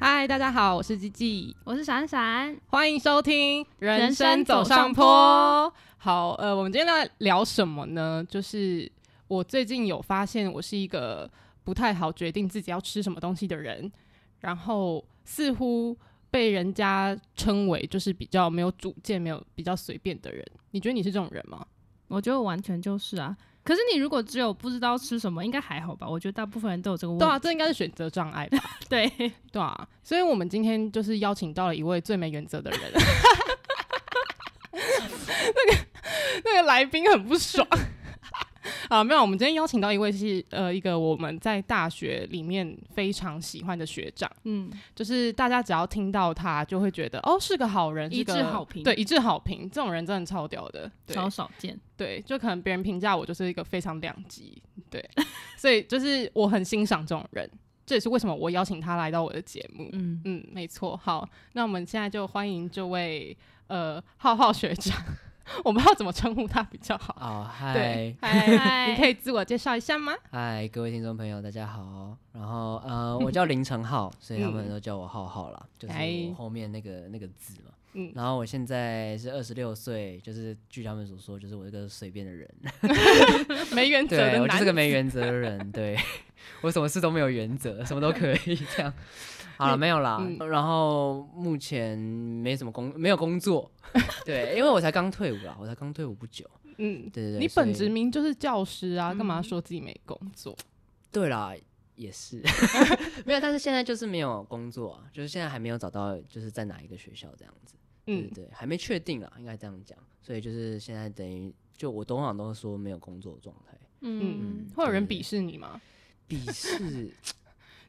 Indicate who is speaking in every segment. Speaker 1: 嗨，大家好，我是吉吉，
Speaker 2: 我是闪闪。
Speaker 1: 欢迎收听《人生走上坡》好，呃，我们今天要聊什么呢？就是我最近有发现，我是一个不太好决定自己要吃什么东西的人，然后似乎被人家称为就是比较没有主见、没有比较随便的人。你觉得你是这种人吗？
Speaker 2: 我觉得我完全就是啊。可是你如果只有不知道吃什么，应该还好吧？我觉得大部分人都有这个问
Speaker 1: 对
Speaker 2: 题。
Speaker 1: 啊，这应该是选择障碍吧？
Speaker 2: 对，
Speaker 1: 对啊，所以我们今天就是邀请到了一位最没原则的人。那个那个来宾很不爽啊，没有，我们今天邀请到一位是呃一个我们在大学里面非常喜欢的学长，
Speaker 2: 嗯，
Speaker 1: 就是大家只要听到他就会觉得哦是个好人，是
Speaker 2: 一致
Speaker 1: 个
Speaker 2: 好评
Speaker 1: 对一致好评，这种人真的超屌的，对
Speaker 2: 超少见。
Speaker 1: 对，就可能别人评价我就是一个非常两极，对，所以就是我很欣赏这种人，这也是为什么我邀请他来到我的节目，
Speaker 2: 嗯，
Speaker 1: 嗯，没错。好，那我们现在就欢迎这位呃浩浩学长， 我不知道怎么称呼他比较好。
Speaker 3: 哦，
Speaker 1: 对
Speaker 3: 嗨，
Speaker 1: 嗨，你
Speaker 2: 嗨
Speaker 1: 可以自我介绍一下吗？
Speaker 3: 嗨，各位听众朋友，大家好。然后呃，我叫林承浩， 所以他们
Speaker 1: 嗯
Speaker 3: 都叫我浩浩啦，就是
Speaker 1: 哎
Speaker 3: 我后面那个那个字嘛。
Speaker 1: 嗯
Speaker 3: 然后我现在是二十六岁，就是据他们所说，就是我一个随便的 人，
Speaker 1: 没原则
Speaker 3: 对
Speaker 1: 的
Speaker 3: 我就是个
Speaker 1: 男，
Speaker 3: 没原则 的人，对我什么事都没有原则，什么都可以 这样。好了，没有啦。
Speaker 1: 嗯
Speaker 3: 然后目前没什么工，没有 工作，对，因为我才刚退伍啦，我才刚退伍不久，
Speaker 1: 嗯，
Speaker 3: 对对对。
Speaker 1: 你
Speaker 3: 所
Speaker 1: 本
Speaker 3: 以
Speaker 1: 职名就是教师啊，干嘛
Speaker 2: 嗯
Speaker 1: 说自己没工作？
Speaker 3: 对啦，也是没有，但是现在就是没有工作啊，就是现在还没有找到，就是在哪一个学校这样子，对
Speaker 1: 嗯
Speaker 3: 对，对，还没确定啊，应该这样讲。所以就是现在等于就我通常都说没有工作状态，
Speaker 2: 嗯
Speaker 3: 嗯，
Speaker 1: 会有人
Speaker 3: 对
Speaker 1: 鄙视你吗？
Speaker 3: 笔 试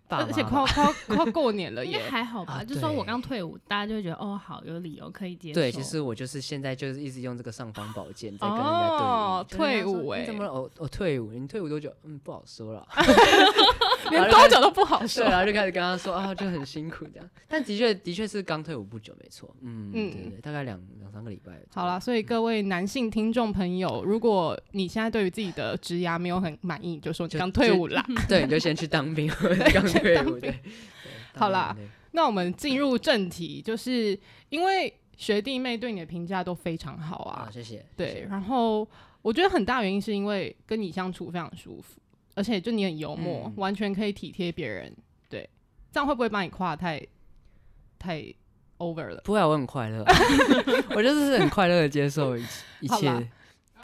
Speaker 3: 爸
Speaker 1: 而且
Speaker 3: 妈
Speaker 1: 快要
Speaker 3: 吧
Speaker 1: 快要快要过年了
Speaker 2: 应该
Speaker 1: 耶，
Speaker 2: 还好吧？
Speaker 3: 啊
Speaker 2: 就说我
Speaker 3: 对
Speaker 2: 刚退伍，大家就会觉得哦，好有理由可以接受。
Speaker 3: 对，其实我就是现在就是一直用这个尚方宝剑在跟人家对
Speaker 1: 哦，
Speaker 3: 弈。
Speaker 1: 退伍
Speaker 3: 哎、
Speaker 1: 哎
Speaker 3: 你，怎么了？我我退伍，你退伍多久？嗯，不好说了。
Speaker 1: 连多久都不好说
Speaker 3: 对，。然后就开始跟他说啊，就很辛苦这样。但的确，的确是刚退伍不久，没错。嗯，
Speaker 1: 嗯
Speaker 3: 对对对，大概两两三个礼拜。
Speaker 1: 好啦，，所以各位男性听众朋友，如果你现在对于自己的职涯没有很满意，你就说你
Speaker 3: 就
Speaker 1: 刚退伍啦。
Speaker 3: 对，你就先去当 兵，或者刚退伍。对，对
Speaker 1: 好啦，
Speaker 3: 当兵
Speaker 1: 那我们进入正题，就是因为学弟妹对你的评价都非常好
Speaker 3: 对
Speaker 1: 啊
Speaker 3: 啊，，谢谢。谢
Speaker 1: 对
Speaker 3: 谢，，
Speaker 1: 然后我觉得很大原因是因为跟你相处非常舒服，而且就你很幽默，
Speaker 3: 嗯
Speaker 1: 完全可以体贴别人，对，这样会不会把你夸得太太 over 了？
Speaker 3: 不会啊，我很快乐啊， 我就是很快乐的接受一切 一
Speaker 1: 好啦
Speaker 3: 切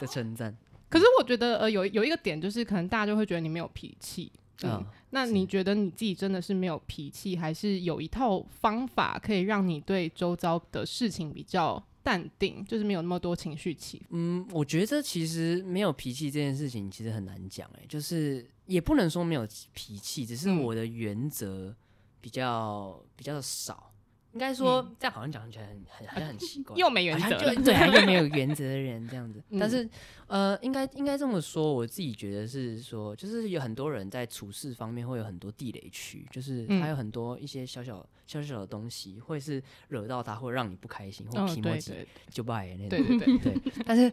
Speaker 3: 的称赞。
Speaker 1: 可是我觉得呃有有一个点就是可能大家就会觉得你没有脾气，嗯，
Speaker 3: 嗯，
Speaker 1: 那
Speaker 3: 是
Speaker 1: 你觉得你自己真的是没有脾气，还是有一套方法可以让你对周遭的事情比较淡定，就是没有那么多情绪起伏？
Speaker 3: 嗯，我觉得其实没有脾气这件事情其实很难讲，哎，就是也不能说没有脾气，只是
Speaker 1: 嗯
Speaker 3: 我的原则比较比较少。应该说
Speaker 1: 嗯，
Speaker 3: 这样好像讲起来很很好像很奇 怪，
Speaker 1: 又没原
Speaker 3: 好
Speaker 1: 则
Speaker 3: 像
Speaker 1: 了
Speaker 3: 就对啊，又没有原则的人这样子。
Speaker 1: 嗯
Speaker 3: 但是呃，应该应该这么说，我自己觉得是说，就是有很多人在处事方面会有很多地雷区，就是
Speaker 1: 嗯
Speaker 3: 他有很多一些小小小小的东西，会是惹到他，会让你不开心，或
Speaker 1: 嗯，
Speaker 3: 皮莫
Speaker 1: 对
Speaker 3: 吉
Speaker 1: 对
Speaker 3: 就拜那种。
Speaker 1: 对对 对，
Speaker 3: 对，但是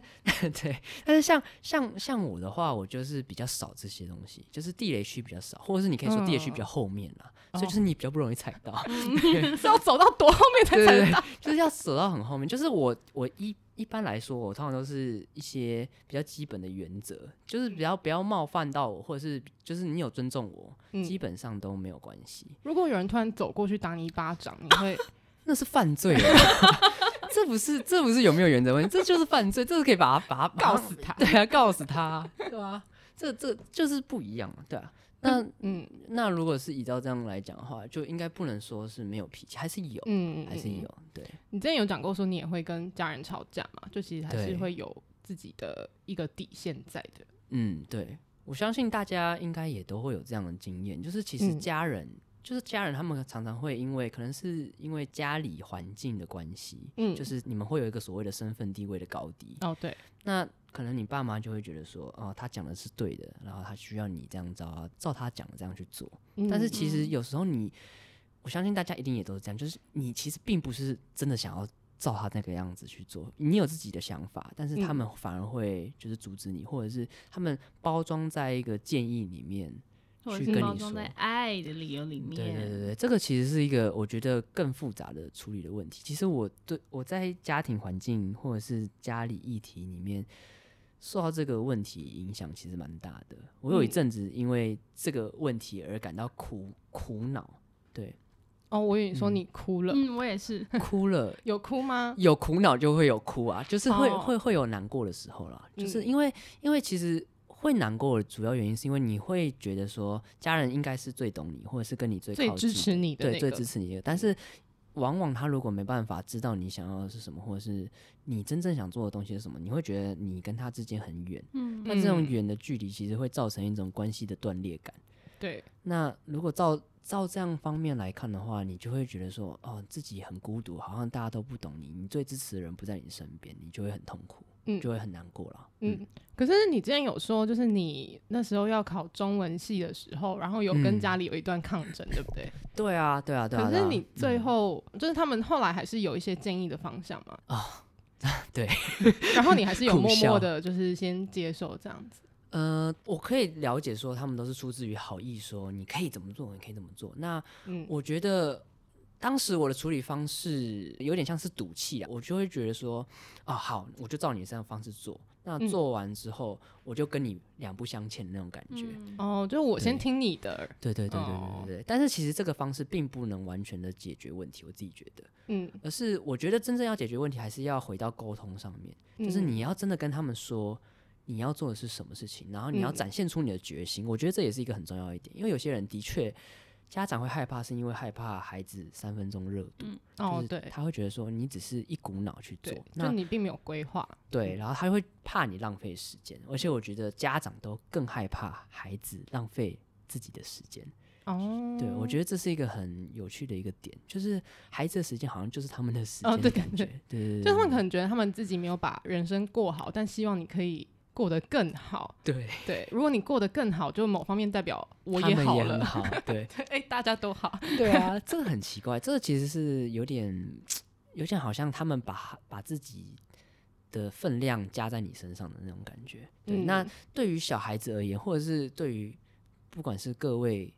Speaker 3: 对，但是像像像我的话，我就是比较少这些东西，就是地雷区比较少，或者是你可以说地雷
Speaker 1: 嗯
Speaker 3: 区比较后面啦，所以
Speaker 1: 哦
Speaker 3: 就是你比较不容易踩 到，
Speaker 1: 是要走到多后面才
Speaker 3: 对
Speaker 1: 踩
Speaker 3: 对
Speaker 1: 得
Speaker 3: 对
Speaker 1: 到？，
Speaker 3: 就是要走到很后面。就是我我一一般来说，我通常都是一些比较基本的原则，就是比较不要冒犯到我，或者是就是你有尊重我，
Speaker 1: 嗯
Speaker 3: 基本上都没有关系。
Speaker 1: 如果有人突然走过去打你一巴掌，你会
Speaker 3: 那是犯罪 啊这不是这不是有没有原则问题，这就是犯罪，这是可以把他把他
Speaker 1: 告死他
Speaker 3: 对啊，告死他， 对啊，这这就是不一样嘛，对啊。那
Speaker 1: 嗯
Speaker 3: 那如果是依照这样来讲的话，就应该不能说是没有脾气，还是有，
Speaker 1: 嗯，
Speaker 3: 还是
Speaker 1: 嗯。
Speaker 3: 有，对，
Speaker 1: 你之前有讲过说你也会跟家人吵架嘛？就其实还是
Speaker 3: 对
Speaker 1: 会有自己的一个底线在的。
Speaker 3: 嗯，对，我相信大家应该也都会有这样的经验，就是其实
Speaker 1: 嗯
Speaker 3: 家人，就是家人，他们常常会因为可能是因为家里环境的关系，
Speaker 1: 嗯
Speaker 3: 就是你们会有一个所谓的身份地位的高低，
Speaker 1: 哦，对，
Speaker 3: 那可能你爸妈就会觉得说，哦，他讲的是对的，然后他需要你这样照他照他讲的这样去做。
Speaker 1: 嗯
Speaker 3: 但是其实有时候你，我相信大家一定也都是这样，就是你其实并不是真的想要照他那个样子去做，你有自己的想法，但是他
Speaker 1: 嗯
Speaker 3: 们反而会就是阻止你，或者是他们包装在一个建议里面，
Speaker 2: 或者
Speaker 3: 去
Speaker 2: 是
Speaker 3: 跟
Speaker 2: 包
Speaker 3: 你
Speaker 2: 装
Speaker 3: 说
Speaker 2: 在爱的理由里面。
Speaker 3: 对对对对，这个其实是一个我觉得更复杂的处理的问题。其实我对我在家庭环境或者是家里议题里面受到这个问题影响其实蛮大的。我有一
Speaker 1: 嗯
Speaker 3: 阵子因为这个问题而感到苦苦恼，对，
Speaker 1: 哦，我以为你说
Speaker 3: 嗯
Speaker 1: 你哭了，
Speaker 2: 嗯，我也是。
Speaker 3: 哭了
Speaker 1: 有哭吗？
Speaker 3: 有苦恼就会有哭啊，就是会、
Speaker 2: 哦
Speaker 3: 会会有难过的时候啦，就是
Speaker 1: 嗯
Speaker 3: 因为、因为其实会难过的主要原因是因为你会觉得说家人应该是最懂你，或者是跟你最
Speaker 1: 最
Speaker 3: 靠近
Speaker 1: 支持你的
Speaker 3: 对
Speaker 1: 那
Speaker 3: 最
Speaker 1: 个，嗯
Speaker 3: 支持你的，但是。往往他如果没办法知道你想要的是什么，或者是你真正想做的东西是什么，你会觉得你跟他之间很远。
Speaker 2: 嗯
Speaker 3: 那这种
Speaker 1: 嗯
Speaker 3: 远的距离其实会造成一种关系的断裂感。
Speaker 1: 对，
Speaker 3: 那如果照照这样方面来看的话，你就会觉得说，哦，自己很孤独，好像大家都不懂你，你最支持的人不在你身边，你就会很痛苦，
Speaker 1: 嗯
Speaker 3: 就会很难过了。
Speaker 1: 嗯，。可是你之前有说，就是你那时候要考中文系的时候，然后有跟
Speaker 3: 嗯
Speaker 1: 家里有一段抗争，对不对？
Speaker 3: 对啊，对啊，对啊。
Speaker 1: 可
Speaker 3: 对
Speaker 1: 是
Speaker 3: 啊
Speaker 1: 你最
Speaker 3: 嗯
Speaker 1: 后、就是他们后来还是有一些建议的方向嘛，
Speaker 3: 啊、 对，
Speaker 1: 然后你还是有
Speaker 3: 苦
Speaker 1: 默
Speaker 3: 笑
Speaker 1: 默的，就是先接受这样子。
Speaker 3: 呃，我可以了解说他们都是出自于好意说，你可以怎么做，你可以怎么做。那
Speaker 1: 嗯，
Speaker 3: 我觉得当时我的处理方式有点像是赌气啊，我就会觉得说，啊，好，我就照你这样的方式做。那
Speaker 1: 嗯
Speaker 3: 做完之后，我就跟你两不相欠那种感觉。
Speaker 2: 嗯
Speaker 1: 哦，就我先
Speaker 3: 对
Speaker 1: 听你的，
Speaker 3: 对对对对
Speaker 1: 哦
Speaker 3: 对对对。但是其实这个方式并不能完全的解决问题，我自己觉得，
Speaker 1: 嗯，
Speaker 3: 而是我觉得真正要解决问题，还是要回到沟通上面，就是
Speaker 1: 嗯
Speaker 3: 你要真的跟他们说。你要做的是什么事情，然后你要
Speaker 1: 嗯
Speaker 3: 展现出你的决心，我觉得这也是一个很重要的一点，因为有些人的确家长会害怕，是因为害怕孩子三分钟热度，
Speaker 1: 哦
Speaker 3: 就是，
Speaker 1: 对，
Speaker 3: 他会觉得说你只是一股脑去做
Speaker 1: 对，，就
Speaker 3: 那
Speaker 1: 你并没有规划，
Speaker 3: 对，然后他会怕你浪费时间，而且我觉得家长都更害怕孩子浪费自己的时间，
Speaker 1: 哦，
Speaker 3: 对，我觉得这是一个很有趣的一个点，就是孩子的时间好像就是他们的时
Speaker 1: 哦
Speaker 3: 间
Speaker 1: 对
Speaker 3: 的感
Speaker 1: 对
Speaker 3: 觉，对对对，
Speaker 1: 就他们可能觉得他们自己没有把人生过好，但希望你可以过得更好。
Speaker 3: 对，
Speaker 1: 对，如果你过得更好，就某方面代表我
Speaker 3: 他
Speaker 1: 也
Speaker 3: 们
Speaker 1: 好
Speaker 3: 也很
Speaker 1: 了。
Speaker 3: 好，对
Speaker 1: 哎、大家都好。
Speaker 3: 对啊，这个很奇怪，这个其实是有点有点好像他们把把自己的分量加在你身上的那种感觉。对，那
Speaker 1: 嗯
Speaker 3: 对于小孩子而言，或者是对于不管是各位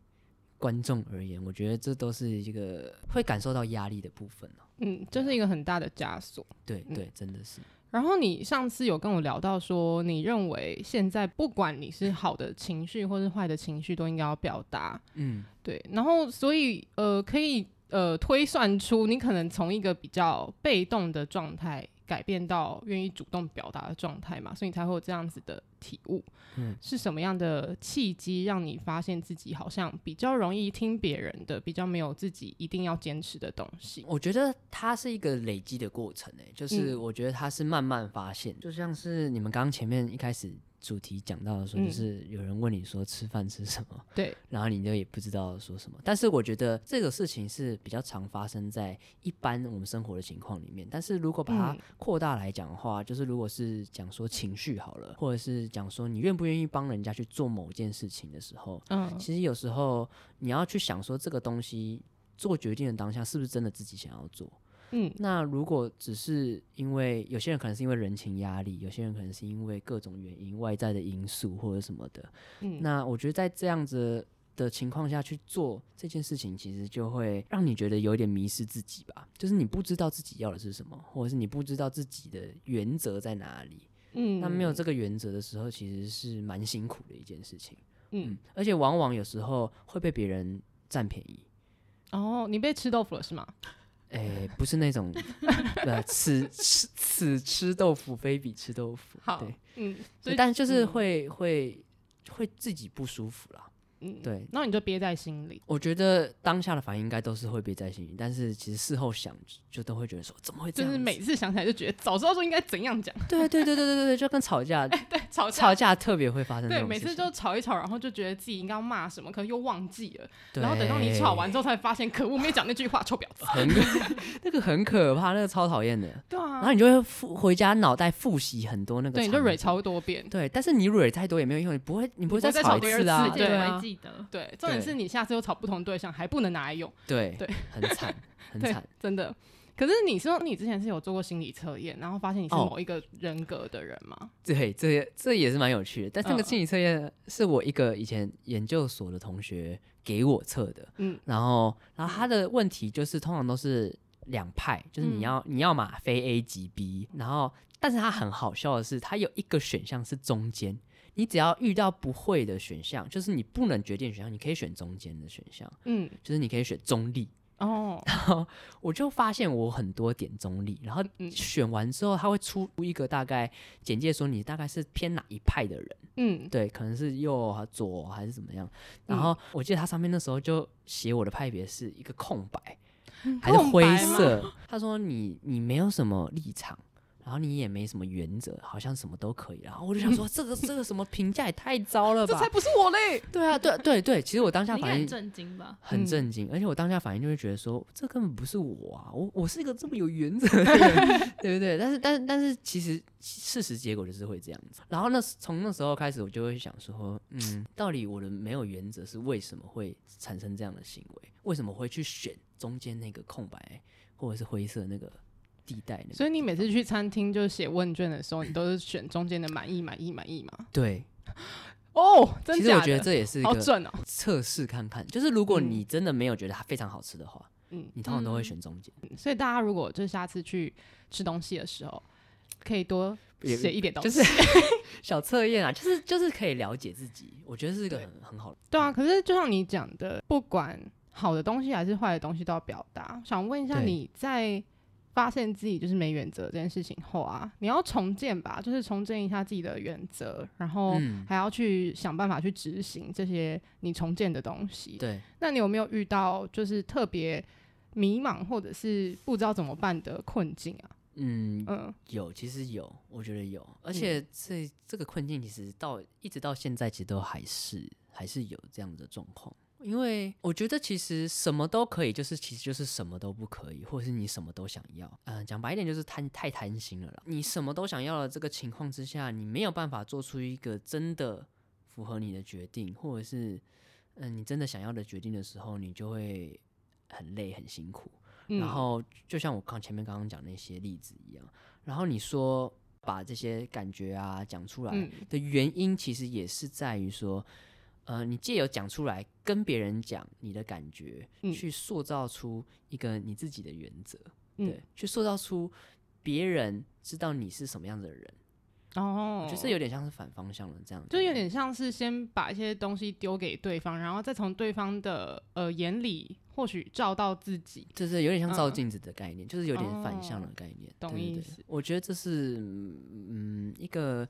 Speaker 3: 观众而言，我觉得这都是一个会感受到压力的部分哦。
Speaker 1: 嗯，就是一个很大的枷锁。
Speaker 3: 对
Speaker 1: 嗯
Speaker 3: 对，真的是。
Speaker 1: 然后你上次有跟我聊到说，你认为现在不管你是好的情绪或是坏的情绪，都应该要表达。
Speaker 3: 嗯，
Speaker 1: 对，然后所以呃，可以呃推算出你可能从一个比较被动的状态改变到愿意主动表达的状态嘛，所以你才会有这样子的体悟。
Speaker 3: 嗯，
Speaker 1: 是什么样的契机让你发现自己好像比较容易听别人的，比较没有自己一定要坚持的东西？
Speaker 3: 我觉得它是一个累积的过程、欸，就是
Speaker 1: 嗯
Speaker 3: 我觉得它是慢慢发现，就像是你们刚刚前面一开始主题讲到的说，
Speaker 1: 嗯
Speaker 3: 就是有人问你说吃饭吃什么，
Speaker 1: 对，
Speaker 3: 然后你就也不知道说什么。但是我觉得这个事情是比较常发生在一般我们生活的情况里面。但是如果把它
Speaker 1: 嗯
Speaker 3: 扩大来讲的话，就是如果是讲说情绪好了，或者是讲说你愿不愿意帮人家去做某件事情的时候，
Speaker 1: 嗯
Speaker 3: 其实有时候你要去想说这个东西做决定的当下是不是真的自己想要做。
Speaker 1: 嗯
Speaker 3: 那如果只是因为有些人可能是因为人情压力，有些人可能是因为各种原因、外在的因素或者什么的，
Speaker 1: 嗯，
Speaker 3: 那我觉得在这样子的情况下去做这件事情，其实就会让你觉得有点迷失自己吧，就是你不知道自己要的是什么，或者是你不知道自己的原则在哪里。
Speaker 1: 嗯
Speaker 3: 那没有这个原则的时候，其实是蛮辛苦的一件事情。
Speaker 1: 嗯
Speaker 3: 嗯，而且往往有时候会被别人占便宜。
Speaker 1: 哦，你被吃豆腐了是吗？
Speaker 3: 诶，哎不是那种， 呃，此吃此吃豆腐，非彼吃豆腐。
Speaker 1: 好
Speaker 3: 对，，
Speaker 1: 嗯，所
Speaker 3: 对
Speaker 1: 以
Speaker 3: 但就是
Speaker 1: 嗯
Speaker 3: 会、会会自己不舒服啦。
Speaker 1: 嗯，
Speaker 3: 对，
Speaker 1: 那你就憋在心里。
Speaker 3: 我觉得当下的反应应该都是会被在心里，但是其实事后想就都会觉得说怎么会这
Speaker 1: 就
Speaker 3: 样子？
Speaker 1: 是每次想起来就觉得，早知道就应该怎样讲，
Speaker 3: 对对对对对对，就跟吵架
Speaker 1: 吵架
Speaker 3: 吵架特别会发生这
Speaker 1: 哎对，
Speaker 3: 种
Speaker 1: 每
Speaker 3: 事
Speaker 1: 次
Speaker 3: 情。
Speaker 1: 就吵一吵，然后就觉得自己应该要骂什么，可能又忘记了，
Speaker 3: 对
Speaker 1: 然后等到你吵完之后，才发现，可恶，没讲那句话，臭婊 子。
Speaker 3: 很那个很可怕，那个超讨厌的。
Speaker 1: 对
Speaker 3: 然
Speaker 1: 啊，
Speaker 3: 后你就会复回家脑袋复习很多那个场
Speaker 1: 对，
Speaker 3: 景，
Speaker 1: 你就蕊超多遍。
Speaker 3: 对，但是你蕊太多也没有用，你不会你不
Speaker 1: 你不
Speaker 3: 会再
Speaker 1: 会再
Speaker 3: 吵
Speaker 1: 吵
Speaker 3: 一
Speaker 1: 第二
Speaker 3: 次啊，
Speaker 1: 次
Speaker 2: 记
Speaker 1: 对
Speaker 3: 对
Speaker 2: 得
Speaker 3: 啊
Speaker 2: 还，记得，
Speaker 1: 对，重点
Speaker 3: 对
Speaker 1: 是你下次又吵不同对象，还不能拿来用。
Speaker 3: 对
Speaker 1: 对，
Speaker 3: 很惨，很
Speaker 1: 对
Speaker 3: 惨。，
Speaker 1: 真的。可可是你说你之前是有做过心理测验，然后发现你是
Speaker 3: 哦
Speaker 1: 某一个人格的人吗？
Speaker 3: 对，这也这也是蛮有趣的。但这个
Speaker 1: 嗯
Speaker 3: 心理测验是我一个以前研究所的同学给我测的，
Speaker 1: 嗯
Speaker 3: 然后然后他的问题就是通常都是两派，就是
Speaker 2: 嗯
Speaker 3: 你要、你要嘛非 A 即 B，然后但是他很好笑的是，他有一个选项是中间，你只要遇到不会的选项，就是你不能决定的选项，你可以选中间的选项，
Speaker 1: 嗯，
Speaker 3: 就是你可以选中立。
Speaker 1: 哦，
Speaker 3: 我就发现我很多点中立，然后
Speaker 1: 嗯
Speaker 3: 选完之后，他会出一个大概简介，说你大概是偏哪一派的人，
Speaker 1: 嗯，
Speaker 3: 对，可能是右啊左还是怎么样。然后我记得他上面那时候就写我的派别是一个空嗯白，还是
Speaker 1: 空
Speaker 3: 灰
Speaker 1: 白
Speaker 3: 色。他说你你没有什么立场。然后你也没什么原则，好像什么都可以。然后我就想 说，这个这个什么评价也太糟了
Speaker 1: 这才
Speaker 3: 吧？
Speaker 1: 不是我嘞。
Speaker 3: 对啊，对对对。其实我当下
Speaker 2: 你应该
Speaker 3: 反应
Speaker 2: 很震惊吧？
Speaker 3: 很
Speaker 1: 嗯
Speaker 3: 震惊，而且我当下反应就会觉得说，这根本不是我啊，我我是一个这么有原则的 人，对不对？但是但是但是，其实事实结果就是会这样子。然后那时从那时候开始，我就会想说，嗯，到底我的没有原则是为什么会产生这样的行为？为什么会去选中间那个空白或者是灰色那个地带那个地方？
Speaker 1: 所以你每次去餐厅就是写问卷的时候，你都是选中间的满意、满意、满意吗？
Speaker 3: 对，
Speaker 1: 哦，真
Speaker 3: 其
Speaker 1: 假
Speaker 3: 实
Speaker 1: 的？
Speaker 3: 我觉得这也是一
Speaker 1: 好
Speaker 3: 个
Speaker 1: 准哦。
Speaker 3: 测试看看，就是如果
Speaker 1: 嗯
Speaker 3: 你真的没有觉得它非常好吃的话，
Speaker 1: 嗯，
Speaker 3: 你通常都会
Speaker 2: 嗯
Speaker 3: 选中间。
Speaker 1: 所以大家如果就是下次去吃东西的时候，可以多
Speaker 3: 也
Speaker 1: 写一点东西。
Speaker 3: 就是 小测验啊，就是就是可以了解自己，我觉得是一个很很好的。
Speaker 1: 对啊，可是就像你讲的，不管好的东西还是坏的东西都要表达。想问一下，
Speaker 3: 对
Speaker 1: 你在发现自己就是没原则这件事情后啊，你要重建吧，就是重建一下自己的原则，然后
Speaker 3: 嗯
Speaker 1: 还要去想办法去执行这些你重建的东西。
Speaker 3: 对，
Speaker 1: 那你有没有遇到就是特别迷茫或者是不知道怎么办的困境啊？
Speaker 3: 嗯，
Speaker 1: 嗯
Speaker 3: 有，其实有，我觉得有，而且这这个困境其实到一直到现在，其实都还是还是有这样的状况。因为我觉得其实什么都可以，就是其实就是什么都不可以，或者是你什么都想要。嗯、讲白一点就是贪太贪心了啦。你什么都想要的这个情况之下，你没有办法做出一个真的符合你的决定，或者是嗯、你真的想要的决定的时候，你就会很累很辛苦。
Speaker 1: 嗯，
Speaker 3: 然后就像我刚前面刚刚讲那些例子一样，然后你说把这些感觉啊讲出来
Speaker 1: 嗯
Speaker 3: 的原因，其实也是在于说，呃，你借由讲出来跟别人讲你的感觉，
Speaker 1: 嗯
Speaker 3: 去塑造出一个你自己的原则，
Speaker 1: 嗯
Speaker 3: 对，去塑造出别人知道你是什么样子的人，
Speaker 1: 哦
Speaker 3: 我，觉得这有点像是反方向了，这样
Speaker 1: 就有点像是先把一些东西丢给对方，然后再从对方的呃眼里或许照到自己。
Speaker 3: 就是有点像照
Speaker 1: 嗯哦
Speaker 3: 镜子的概念，就是有点反向的概念。
Speaker 1: 懂
Speaker 3: 对对
Speaker 1: 意
Speaker 3: 对
Speaker 1: 思
Speaker 3: 我觉得这是嗯一个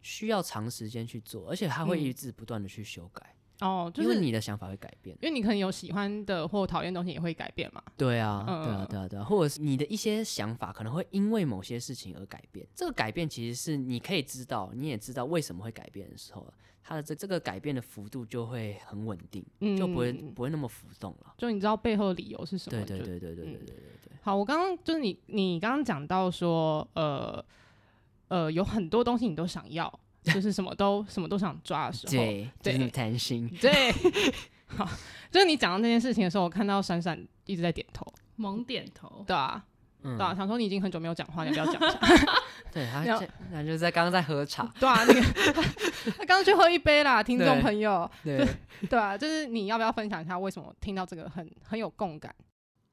Speaker 3: 需要长时间去做，而且它会
Speaker 1: 嗯
Speaker 3: 一直不断的去修改，
Speaker 1: 哦，就
Speaker 3: 因
Speaker 1: 是
Speaker 3: 为你的想法会改变。
Speaker 1: 因为你可能有喜欢的或讨厌的东西，也会改变嘛。
Speaker 3: 对啊，
Speaker 1: 嗯
Speaker 3: 对啊，对啊，对啊，或者是你的一些想法可能会因为某些事情而改变。这个改变其实是你可以知道，你也知道为什么会改变的时候，它的这这个改变的幅度就会很稳定，
Speaker 1: 嗯，
Speaker 3: 就不会不会那么浮动了。
Speaker 1: 就你知道背后的理由是什么？
Speaker 3: 对对
Speaker 1: 就
Speaker 3: 对对对对
Speaker 1: 嗯
Speaker 3: 对对对。
Speaker 1: 好，我刚刚就是你，你刚刚讲到说，呃呃，有很多东西你都想要，就是什么都什么都想抓的时候，
Speaker 3: 对，就
Speaker 1: 对
Speaker 3: 是那么贪 心，
Speaker 1: 对，好，就是你讲到那件事情的时候，我看到闪闪一直在点头，
Speaker 2: 猛点头，
Speaker 1: 对啊，
Speaker 3: 嗯
Speaker 1: 对，啊，想说你已经很久没有讲话，你要不要讲一下？
Speaker 3: 对他
Speaker 1: 然后
Speaker 3: 现，他就在刚刚在喝茶，
Speaker 1: 对啊，那 个他刚刚去喝一杯啦，听众
Speaker 3: 对
Speaker 1: 朋友，
Speaker 3: 对，
Speaker 1: 对啊，就是你要不要分享一下为什么听到这个很很有共感？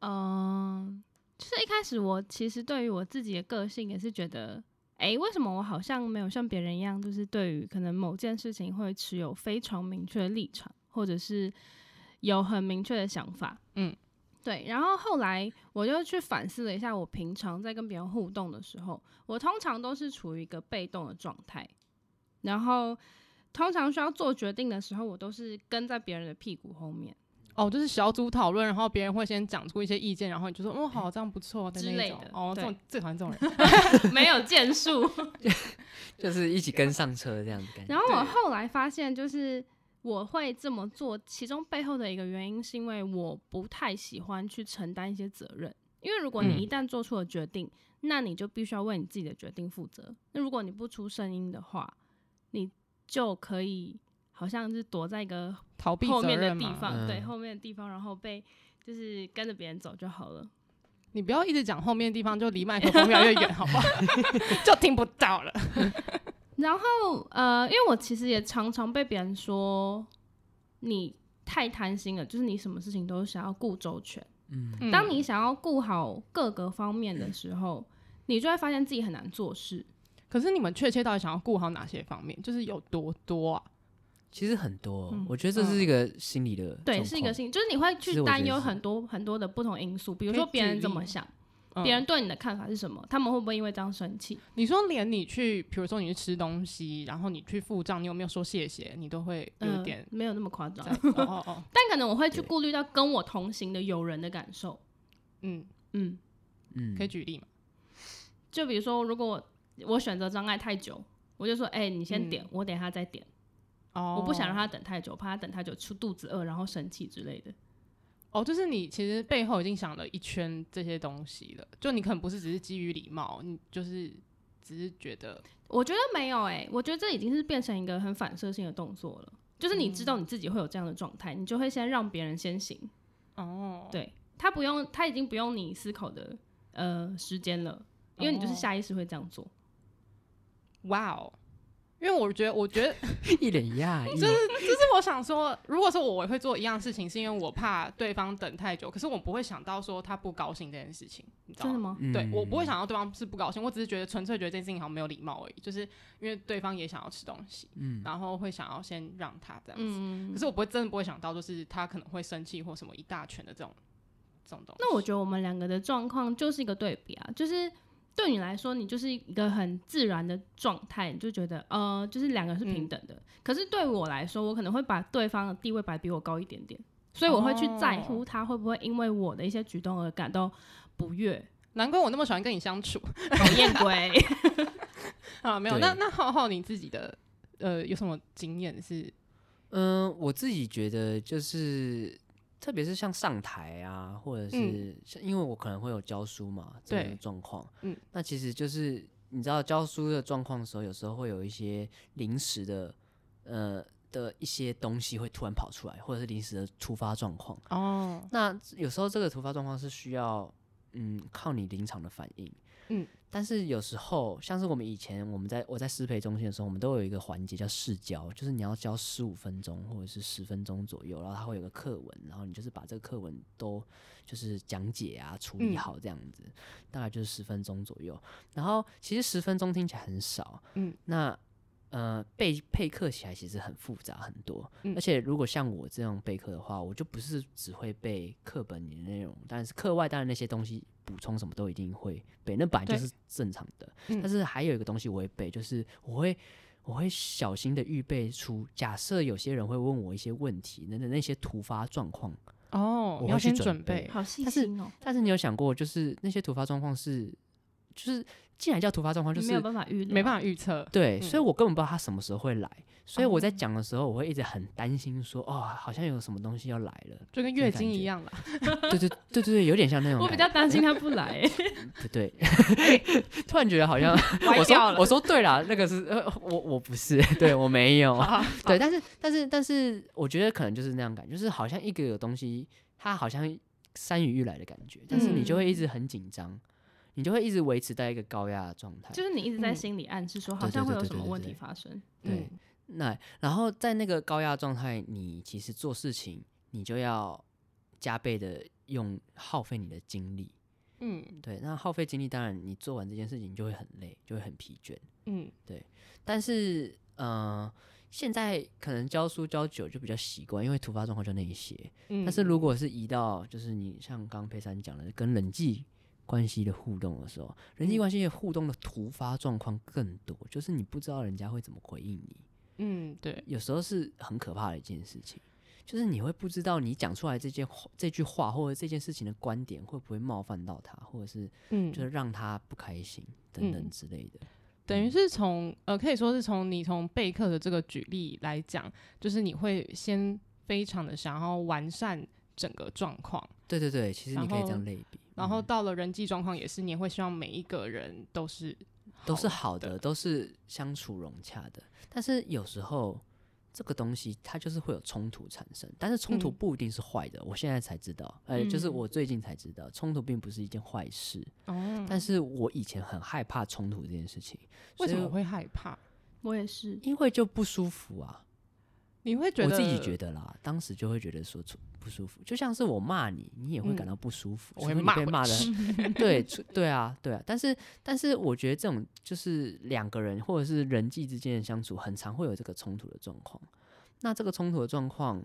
Speaker 2: 嗯，就是一开始我其实对于我自己的个性也是觉得，诶，为什么我好像没有像别人一样，就是对于可能某件事情会持有非常明确的立场，或者是有很明确的想法，
Speaker 1: 嗯。
Speaker 2: 对，然后后来我就去反思了一下，我平常在跟别人互动的时候，我通常都是处于一个被动的状态，然后通常需要做决定的时候，我都是跟在别人的屁股后面。
Speaker 1: 哦，就是小组讨论，然后别人会先讲出一些意见，然后你就说，哦，好，这样不错的
Speaker 2: 之
Speaker 1: 那
Speaker 2: 类
Speaker 1: 种
Speaker 2: 的。
Speaker 1: 哦，这
Speaker 2: 对
Speaker 1: 种最讨厌这种人。
Speaker 2: 没有建树。
Speaker 3: 就是一起跟上车这样子感觉。
Speaker 2: 然后我
Speaker 1: 对
Speaker 2: 后来发现，就是我会这么做，其中背后的一个原因是因为我不太喜欢去承担一些责任。因为如果你
Speaker 3: 嗯
Speaker 2: 一旦做出了决定，那你就必须要为你自己的决定负责。那如果你不出声音的话，你就可以好像是躲在一个
Speaker 1: 逃避
Speaker 2: 后
Speaker 1: 责
Speaker 2: 面的
Speaker 1: 任
Speaker 2: 地
Speaker 1: 嘛，
Speaker 2: 方，对
Speaker 3: 嗯
Speaker 2: 后面的地方，然后被就是跟着别人走就好了。
Speaker 1: 你不要一直讲后面的地方，就离麦克风越来越远，好 不好？就听不到了。
Speaker 2: 然后呃，因为我其实也常常被别人说你太贪心了，就是你什么事情都想要顾周全。
Speaker 3: 嗯，
Speaker 1: 嗯
Speaker 2: 当你想要顾好各个方面的时候，你就会发现自己很难做事。
Speaker 1: 可是你们确切到底想要顾好哪些方面？就是有多多啊？
Speaker 3: 其实很多哦
Speaker 2: 嗯，
Speaker 3: 我觉得这是一个心理的，
Speaker 2: 对，是一个，心，就是你会
Speaker 3: 其实
Speaker 2: 去
Speaker 3: 我觉得
Speaker 2: 担忧
Speaker 3: 是
Speaker 2: 很多很多的不同因素，比如
Speaker 1: 可以
Speaker 2: 说别
Speaker 1: 举
Speaker 2: 人
Speaker 1: 例嗯
Speaker 2: 怎么
Speaker 1: 吗
Speaker 2: 想，
Speaker 1: 嗯
Speaker 2: 别人对你的看法是什么，他们会不会因为这样生气？
Speaker 1: 你说连你去，比如说你去吃东西，然后你去付账，你有没有说谢谢？你都会有
Speaker 2: 嗯，
Speaker 1: 点、
Speaker 2: 没有那么夸张，
Speaker 1: 哦哦哦，
Speaker 2: 但可能我会去
Speaker 3: 对
Speaker 2: 顾虑到跟我同行的友人的感受。
Speaker 1: 嗯，
Speaker 2: 嗯，
Speaker 3: 嗯
Speaker 1: 可以举例吗？
Speaker 2: 就比如说，如果我我选择障碍太久，我就说，哎、你先点，
Speaker 1: 嗯
Speaker 2: 我等一下再点，
Speaker 1: 哦，
Speaker 2: 我不想让他等太久，怕他等太久出肚子饿，然后生气之类的。
Speaker 1: 哦，就是你其实背后已经想了一圈这些东西了，就你可能不是只是基于礼貌，你就是只是觉得
Speaker 2: 我觉得没有哎、我觉得这已经是变成一个很反射性的动作了，就是你知道你自己会有这样的状态，你就会先让别人先行。
Speaker 1: 哦，
Speaker 2: 对他不用，他已经不用你思考的呃时间了，因为你就是
Speaker 1: 哦
Speaker 2: 下意识会这样做。
Speaker 1: 哇哦，因为我觉得，我觉得
Speaker 3: 一脸 讶异，
Speaker 1: 就是我想说，如果说我会做一样事情，是因为我怕对方等太久，可是我不会想到说他不高兴这件事情，你知道
Speaker 2: 真的
Speaker 1: 吗？
Speaker 2: 吗？
Speaker 3: 嗯
Speaker 1: 对我不会想到对方是不高兴，我只是觉得纯粹觉得这件事情好像没有礼貌而已，就是因为对方也想要吃东西，
Speaker 3: 嗯
Speaker 1: 然后会想要先让他这样子。
Speaker 2: 嗯
Speaker 1: 可，是我不会真的不会想到，就是他可能会生气或什么一大拳的这种这种东西。
Speaker 2: 那我觉得我们两个的状况就是一个对比啊，就是对你来说，你就是一个很自然的状态，你就觉得呃，就是两个是
Speaker 3: 嗯
Speaker 2: 平等的。可是对我来说，我可能会把对方的地位摆比我高一点点，所以我会去在
Speaker 3: 哦
Speaker 2: 乎他会不会因为我的一些举动而感到不悦、
Speaker 1: 难怪我那么喜欢跟你相处
Speaker 2: 讨厌 鬼。
Speaker 1: 啊！没有，那
Speaker 3: 对
Speaker 1: 那浩浩你自己的呃有什么经验是？
Speaker 3: 嗯，我自己觉得就是，特别是像上台啊，或者是像，因为我可能会有教书嘛，
Speaker 1: 嗯
Speaker 3: 这
Speaker 1: 对
Speaker 3: 个状况，
Speaker 1: 嗯，
Speaker 3: 那其实就是你知道教书的状况的时候，有时候会有一些临时的，呃的一些东西会突然跑出来，或者是临时的突发状况。
Speaker 1: 哦，
Speaker 3: 那有时候这个突发状况是需要，嗯，靠你临场的反应。
Speaker 1: 嗯，
Speaker 3: 但是有时候，像是我们以前我们在我在师培中心的时候，我们都有一个环节叫试教，就是你要教十五分钟或者是十分钟左右，然后它会有个课文，然后你就是把这个课文都就是讲解啊处理
Speaker 1: 嗯
Speaker 3: 好这样子，大概就是十分钟左右。然后其实十分钟听起来很少，
Speaker 1: 嗯，
Speaker 3: 那呃备备课起来其实很复杂很多，
Speaker 1: 嗯
Speaker 3: 而且如果像我这样备课的话，我就不是只会背课本里的内容，但是课外当然那些东西补充什么都一定会背，那本来就是正常的。
Speaker 1: 嗯
Speaker 3: 但是还有一个东西我会背，就是我会。我会小心的预备出，假设有些人会问我一些问题，那那那些突发状况，
Speaker 1: 哦，
Speaker 3: 我
Speaker 1: 你要
Speaker 3: 会去
Speaker 1: 先
Speaker 3: 准
Speaker 1: 准
Speaker 3: 备
Speaker 1: 备。
Speaker 2: 好细
Speaker 3: 但是
Speaker 2: 心哦、
Speaker 3: 但是你有想过，就是那些突发状况是，就是既然叫突发状况，就
Speaker 2: 你
Speaker 3: 是
Speaker 2: 没有办法预料，
Speaker 1: 没办法预测，
Speaker 3: 对，
Speaker 1: 嗯
Speaker 3: 所以我根本不知道他什么时候会来，所以我在
Speaker 2: 哦
Speaker 3: 讲的时候，我会一直很担心说，哦，好像有什么东西要来了。
Speaker 1: 就跟
Speaker 3: 这
Speaker 1: 月
Speaker 3: 种
Speaker 1: 经
Speaker 3: 感
Speaker 1: 一
Speaker 3: 觉
Speaker 1: 样啦。
Speaker 3: 对对对对对，有点像那种
Speaker 2: 我比
Speaker 3: 感
Speaker 2: 较
Speaker 3: 觉。
Speaker 2: 担心哎他不来、
Speaker 3: 对对， 突然觉得好像 我说我说对了，那个是呃，我我不是，对我没有。对，但是但是但是，我觉得可能就是那样感觉，就是好像一个有东西，它好像山雨欲来的感觉，但是你
Speaker 2: 嗯
Speaker 3: 就会一直很紧张，你就会一直维持在一个高压的状态。
Speaker 2: 就是你一直在
Speaker 1: 嗯
Speaker 2: 心里暗示说，
Speaker 3: 对
Speaker 2: 好像
Speaker 3: 对
Speaker 2: 会
Speaker 3: 对
Speaker 2: 有
Speaker 3: 对
Speaker 2: 什么
Speaker 3: 对
Speaker 2: 问
Speaker 3: 对
Speaker 2: 题发生。
Speaker 3: 对
Speaker 1: 嗯，
Speaker 3: 那然后在那个高压状态，你其实做事情，你就要加倍的用耗费你的精力。
Speaker 1: 嗯
Speaker 3: 对，那耗费精力，当然你做完这件事情就会很累，就会很疲倦。
Speaker 1: 嗯，
Speaker 3: 但是，呃，现在可能教书教久就比较习惯，因为突发状况就那一些。
Speaker 1: 嗯
Speaker 3: 但是如果是移到就是你像刚刚佩珊讲的，跟人际关系的互动的时候，人际
Speaker 1: 嗯
Speaker 3: 关系的互动的突发状况更多，就是你不知道人家会怎么回应你。
Speaker 1: 嗯，对，
Speaker 3: 有时候是很可怕的一件事情，就是你会不知道你讲出来这件话这句话或者这件事情的观点会不会冒犯到他，或者是
Speaker 1: 嗯，
Speaker 3: 就是让他不开心等等
Speaker 1: 嗯
Speaker 3: 之类的。嗯
Speaker 1: 等于是从呃，可以说是从你从备课的这个举例来讲，就是你会先非常的想要完善整个状况，
Speaker 3: 对对对，其实你可以
Speaker 1: 然
Speaker 3: 这
Speaker 1: 后
Speaker 3: 样类比，
Speaker 1: 然后
Speaker 3: 嗯
Speaker 1: 到了人际状况也是，你也会希望每一个人都是
Speaker 3: 都是
Speaker 1: 好
Speaker 3: 好的，都是相处融洽的。但是有时候这个东西它就是会有冲突产生，但是冲突
Speaker 1: 嗯
Speaker 3: 不一定是坏的。我现在才知道，呃，就是
Speaker 2: 嗯
Speaker 3: 我最近才知道，冲突并不是一件坏事。
Speaker 1: 哦，
Speaker 3: 但是我以前很害怕冲突这件事情，
Speaker 1: 为什
Speaker 3: 所以
Speaker 1: 么会害怕？
Speaker 2: 我也是，
Speaker 3: 因为就不舒服啊，
Speaker 1: 你会觉
Speaker 3: 我
Speaker 1: 得
Speaker 3: 自己觉得啦，当时就会觉得说出不舒服，就像是我骂你，你也会感
Speaker 1: 嗯
Speaker 3: 到不舒服，
Speaker 1: 我
Speaker 3: 除
Speaker 1: 会
Speaker 3: 非你
Speaker 1: 骂
Speaker 3: 被
Speaker 1: 回
Speaker 3: 骂的
Speaker 1: 去
Speaker 3: 对，出对啊，对啊，但是但是我觉得这种就是两个人或者是人际之间的相处，很常会有这个冲突的状况。那这个冲突的状况，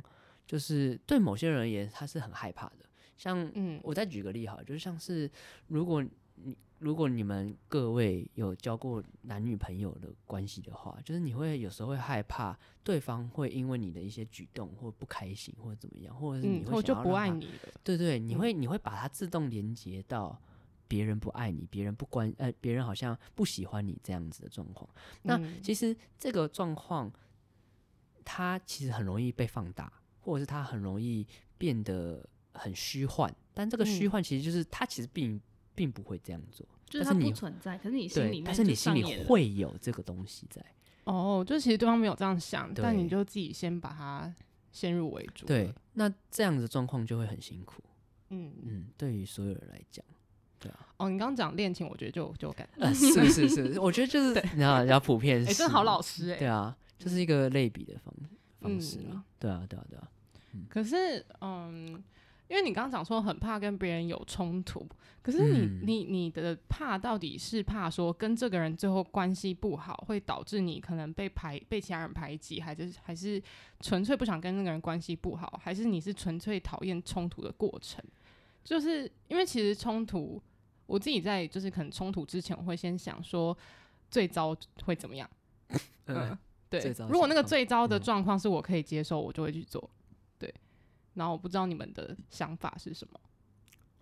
Speaker 3: 就是对某些人而言，他是很害怕的。像
Speaker 1: 嗯
Speaker 3: 我再举个例哈，就是像是如果你如果你们各位有交过男女朋友的关系的话，就是你会有时候会害怕对方会因为你的一些举动或不开心或者怎么样，或者是你
Speaker 1: 嗯，我
Speaker 3: 会
Speaker 1: 就
Speaker 3: 想要
Speaker 1: 不
Speaker 3: 让
Speaker 1: 爱
Speaker 3: 他
Speaker 1: 你了。
Speaker 3: 对对，你
Speaker 1: 嗯
Speaker 3: 会你会把它自动连接到别人不爱你，别人不关呃，别人好像不喜欢你这样子的状况。那
Speaker 1: 嗯
Speaker 3: 其实这个状况，它其实很容易被放大，或者是它很容易变得很虚幻。但这个虚
Speaker 1: 嗯
Speaker 3: 幻其实就是它其实并并不会这样做，
Speaker 2: 就是
Speaker 3: 但
Speaker 2: 它
Speaker 3: 是
Speaker 2: 不
Speaker 3: 你
Speaker 2: 存在，可是你心里
Speaker 3: 对，
Speaker 2: 面
Speaker 3: 但是你
Speaker 2: 就
Speaker 3: 心
Speaker 2: 上
Speaker 3: 里
Speaker 2: 演了
Speaker 3: 会有这个东西在。
Speaker 1: 哦，就其实对方没有这样想，但你
Speaker 3: 对
Speaker 1: 就自己先把它先入为主。
Speaker 3: 对，，那这样子的状况就会很辛苦。
Speaker 1: 嗯，
Speaker 3: 嗯，对于所有人来 讲。对啊，
Speaker 1: 哦，你刚刚讲恋情，我觉得就就有感觉，
Speaker 3: 呃，是是是，我觉得就是，你知道，比较普遍
Speaker 1: 哎、
Speaker 3: 是，
Speaker 1: 真好老师哎、
Speaker 3: 对啊，就是一个类比的方方式
Speaker 1: 嗯
Speaker 3: 啦。对啊，对啊，对啊。
Speaker 1: 可是，嗯，因为你刚刚讲说很怕跟别人有冲突，可是你、
Speaker 3: 嗯
Speaker 1: 你你的怕到底是怕说跟这个人最后关系不好，会导致你可能被排被其他人排挤，还是还是纯粹不想跟那个人关系不好，还是你是纯粹讨厌冲突的过程？就是因为其实冲突，我自己在就是可能冲突之前，我会先想说最糟会怎么样。嗯，
Speaker 3: 最
Speaker 1: 对
Speaker 3: 糟。的
Speaker 1: 如果
Speaker 3: 情
Speaker 1: 那个
Speaker 3: 况
Speaker 1: 最糟的
Speaker 3: 嗯
Speaker 1: 状况是我可以接受，我就会去做。对，然后我不知道你们的想法是什么。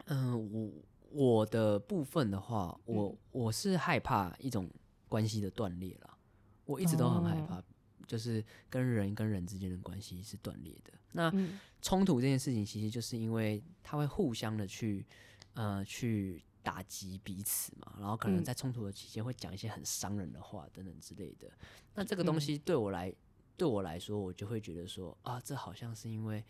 Speaker 3: 嗯，我我的部分的话，我、
Speaker 1: 嗯
Speaker 3: 我是害怕一种关系的断裂啦。我一直都很害
Speaker 1: 哦
Speaker 3: 怕，就是跟人跟人之间的关系是断裂的。那
Speaker 1: 嗯
Speaker 3: 冲突这件事情，其实就是因为它会互相的去呃去打击彼此嘛，然后可能
Speaker 1: 嗯
Speaker 3: 在冲突的期间会讲一些很伤人的话等等之类的。那这个东
Speaker 1: 嗯
Speaker 3: 西对我来、对我来说，我就会觉得说啊，这好像是因为。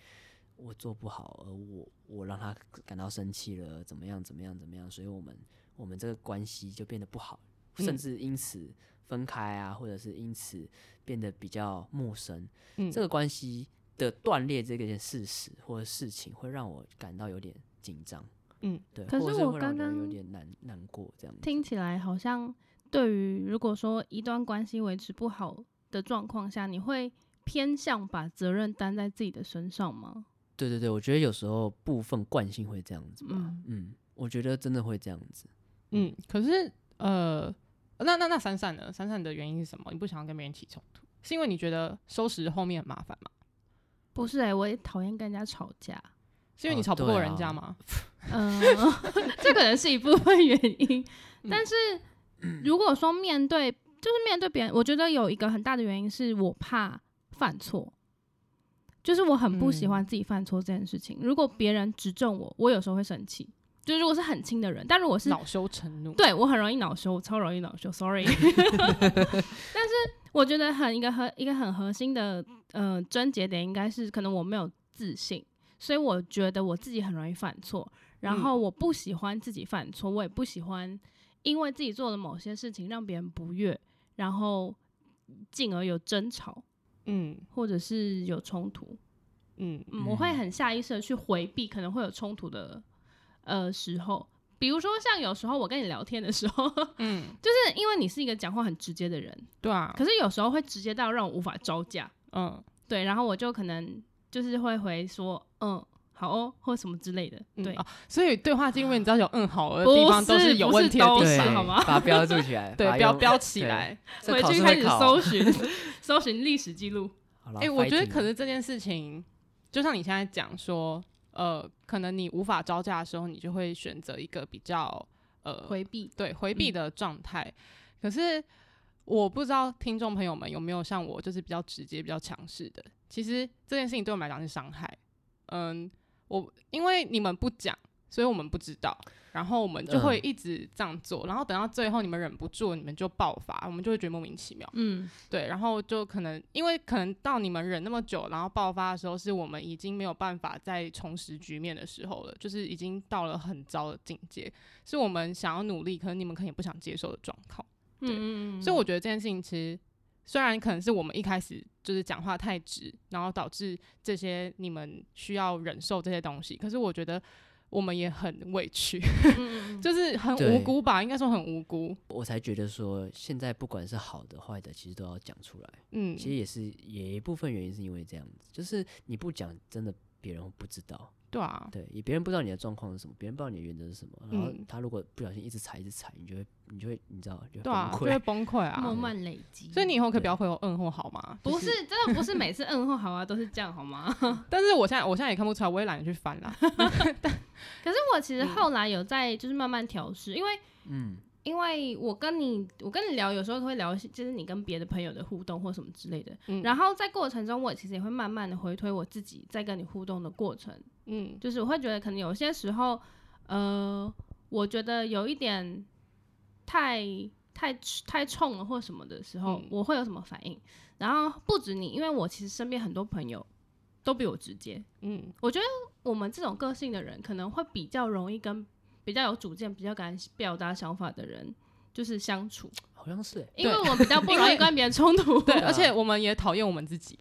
Speaker 3: 我做不好，而我我让他感到生气了，怎么样怎么样怎么样，所以我们我们这个关系就变得不好，甚
Speaker 1: 嗯
Speaker 3: 至因此分开啊，或者是因此变得比较陌生。
Speaker 1: 嗯，
Speaker 3: 这个关系的断裂这个件事实或者事情，会让我感到有点紧张。
Speaker 1: 嗯，
Speaker 3: 对，
Speaker 2: 可
Speaker 3: 或
Speaker 2: 是
Speaker 3: 者是
Speaker 2: 我
Speaker 3: 会让
Speaker 2: 刚
Speaker 3: 觉得有
Speaker 2: 刚
Speaker 3: 点难难过这样子。
Speaker 2: 听起来好像对于如果说一段关系维持不好的状况下，你会偏向把责任担在自己的身上吗？
Speaker 3: 对对对，我觉得有时候部分惯性会这样子吧。
Speaker 2: 嗯，
Speaker 3: 嗯，我觉得真的会这样子。
Speaker 1: 嗯，可是呃，那那那闪闪呢？闪闪的原因是什么？你不想要跟别人起冲突，是因为你觉得收拾后面很麻烦吗？
Speaker 2: 不是哎、我也讨厌跟人家吵架。
Speaker 1: 是因为你
Speaker 3: 哦
Speaker 1: 吵不
Speaker 3: 对
Speaker 1: 过人
Speaker 3: 啊
Speaker 1: 家吗？
Speaker 2: 嗯， 这可能是一部分原因，但是如果说面对，就是面对别人，我觉得有一个很大的原因是我怕犯错，就是我很不喜欢自己犯错这件事情。如果别人指正我，我有时候会生气，就如果是很亲的人，但如果是
Speaker 1: 恼羞成怒。
Speaker 2: 对我很容易恼羞，我超容易恼羞，sorry。但 是我觉得很一个核一个很核心的呃症结点应该是，可能我没有自信，所以我觉得我自己很容易犯错，然后我不喜欢自己犯错，我也不喜欢因为自己做了某些事情让别人不悦，然后进而有争吵
Speaker 1: 嗯
Speaker 2: 或者是有冲突。
Speaker 1: 嗯
Speaker 2: 嗯，我会
Speaker 3: 嗯
Speaker 2: 很下意识的去回避可能会有冲突的呃时候，比如说像有时候我跟你聊天的时候。
Speaker 1: 嗯，
Speaker 2: 就是因为你是一个讲话很直接的人，
Speaker 1: 对啊，
Speaker 2: 可是有时候会直接到让我无法招架。
Speaker 1: 嗯
Speaker 2: 对，然后我就可能就是会回说，嗯，好哦，或什么之类的。
Speaker 1: 嗯
Speaker 2: 对，
Speaker 1: 啊，所以对话进入你知道有嗯好的
Speaker 2: 不
Speaker 1: 地方都
Speaker 2: 是
Speaker 1: 有
Speaker 2: 不
Speaker 1: 问
Speaker 2: 是
Speaker 1: 题的
Speaker 2: 都
Speaker 1: 地
Speaker 2: 是
Speaker 1: 方
Speaker 2: 好吗
Speaker 3: 把它标注起 来，
Speaker 1: 对，
Speaker 3: 把它
Speaker 1: 标
Speaker 3: 用
Speaker 1: 标起
Speaker 3: 对
Speaker 1: 来。
Speaker 3: 这
Speaker 2: 回
Speaker 3: 考
Speaker 2: 去
Speaker 3: 试
Speaker 2: 开
Speaker 3: 会
Speaker 2: 始
Speaker 3: 考
Speaker 1: 哦
Speaker 2: 搜寻 搜寻历史记录。
Speaker 3: 好啦
Speaker 1: 哎、我觉得
Speaker 3: fighting 啊
Speaker 1: 可是这件事情，就像你现在讲说，呃，可能你无法招架的时候，你就会选择一个比较呃
Speaker 2: 回避。
Speaker 1: 对 回避
Speaker 2: 嗯
Speaker 1: 的状态。可是我不知道听众朋友们有没有像我，就是比较直接、比较强势的。其实这件事情对我们来讲是伤害。嗯，我因为你们不讲，所以我们不知道。然后我们就会一直这样做，然后等到最后你们忍不住，你们就爆发，我们就会觉得莫名其妙。
Speaker 2: 嗯，
Speaker 1: 对，然后就可能因为可能到你们忍那么久，然后爆发的时候，是我们已经没有办法再重拾局面的时候了，就是已经到了很糟的境界，是我们想要努力，可能你们可能也不想接受的状况。
Speaker 2: 嗯嗯嗯，
Speaker 1: 所以我觉得这件事情其实虽然可能是我们一开始就是讲话太直，然后导致这些你们需要忍受这些东西，可是我觉得我们也很委屈，
Speaker 2: 嗯嗯嗯
Speaker 1: 就是很
Speaker 3: 对
Speaker 1: 无辜吧，应该说很无辜。
Speaker 3: 我才觉得说，现在不管是好的坏的，其实都要讲出来。
Speaker 1: 嗯，
Speaker 3: 其实也是也一部分原因是因为这样子，就是你不讲，真的别人不知道。
Speaker 1: 对啊，
Speaker 3: 对，也别人不知道你的状况是什么，别人不知道你的原则是什么。然后
Speaker 1: 嗯
Speaker 3: 他如果不小心一直踩一直踩，你就会你就会你知道你就会
Speaker 1: 对
Speaker 3: 崩
Speaker 1: 啊，就
Speaker 3: 溃。
Speaker 1: 会崩溃
Speaker 2: 慢
Speaker 1: 啊。
Speaker 2: 慢累积。
Speaker 1: 所以你以后可以不要回我嗯或好吗？
Speaker 2: 不
Speaker 1: 就是
Speaker 2: 真的不是每次嗯或好啊都是这样好吗？
Speaker 1: 但是我现在我现在也看不出来，我也懒得去翻啦。
Speaker 2: 可是我其实后来有在就是慢慢调试，因为
Speaker 3: 嗯，
Speaker 2: 因为我跟你我跟你聊，有时候会聊一些就是你跟别的朋友的互动或什么之类的。
Speaker 1: 嗯
Speaker 2: 然后在过程中，我其实也会慢慢的回推我自己在跟你互动的过程，
Speaker 1: 嗯
Speaker 2: 就是我会觉得可能有些时候，呃，我觉得有一点太太太冲了或什么的时候，
Speaker 1: 嗯
Speaker 2: 我会有什么反应？然后不止你，因为我其实身边很多朋友都比我直接，
Speaker 1: 嗯
Speaker 2: 我觉得我们这种个性的人，可能会比较容易跟比较有主见、比较敢表达想法的人就是相处，
Speaker 3: 好像是、欸，
Speaker 2: 因为我们比较不容
Speaker 1: 因
Speaker 2: 易
Speaker 1: 为
Speaker 2: 跟别人冲突。
Speaker 1: 对，而且我们也讨厌我们自己。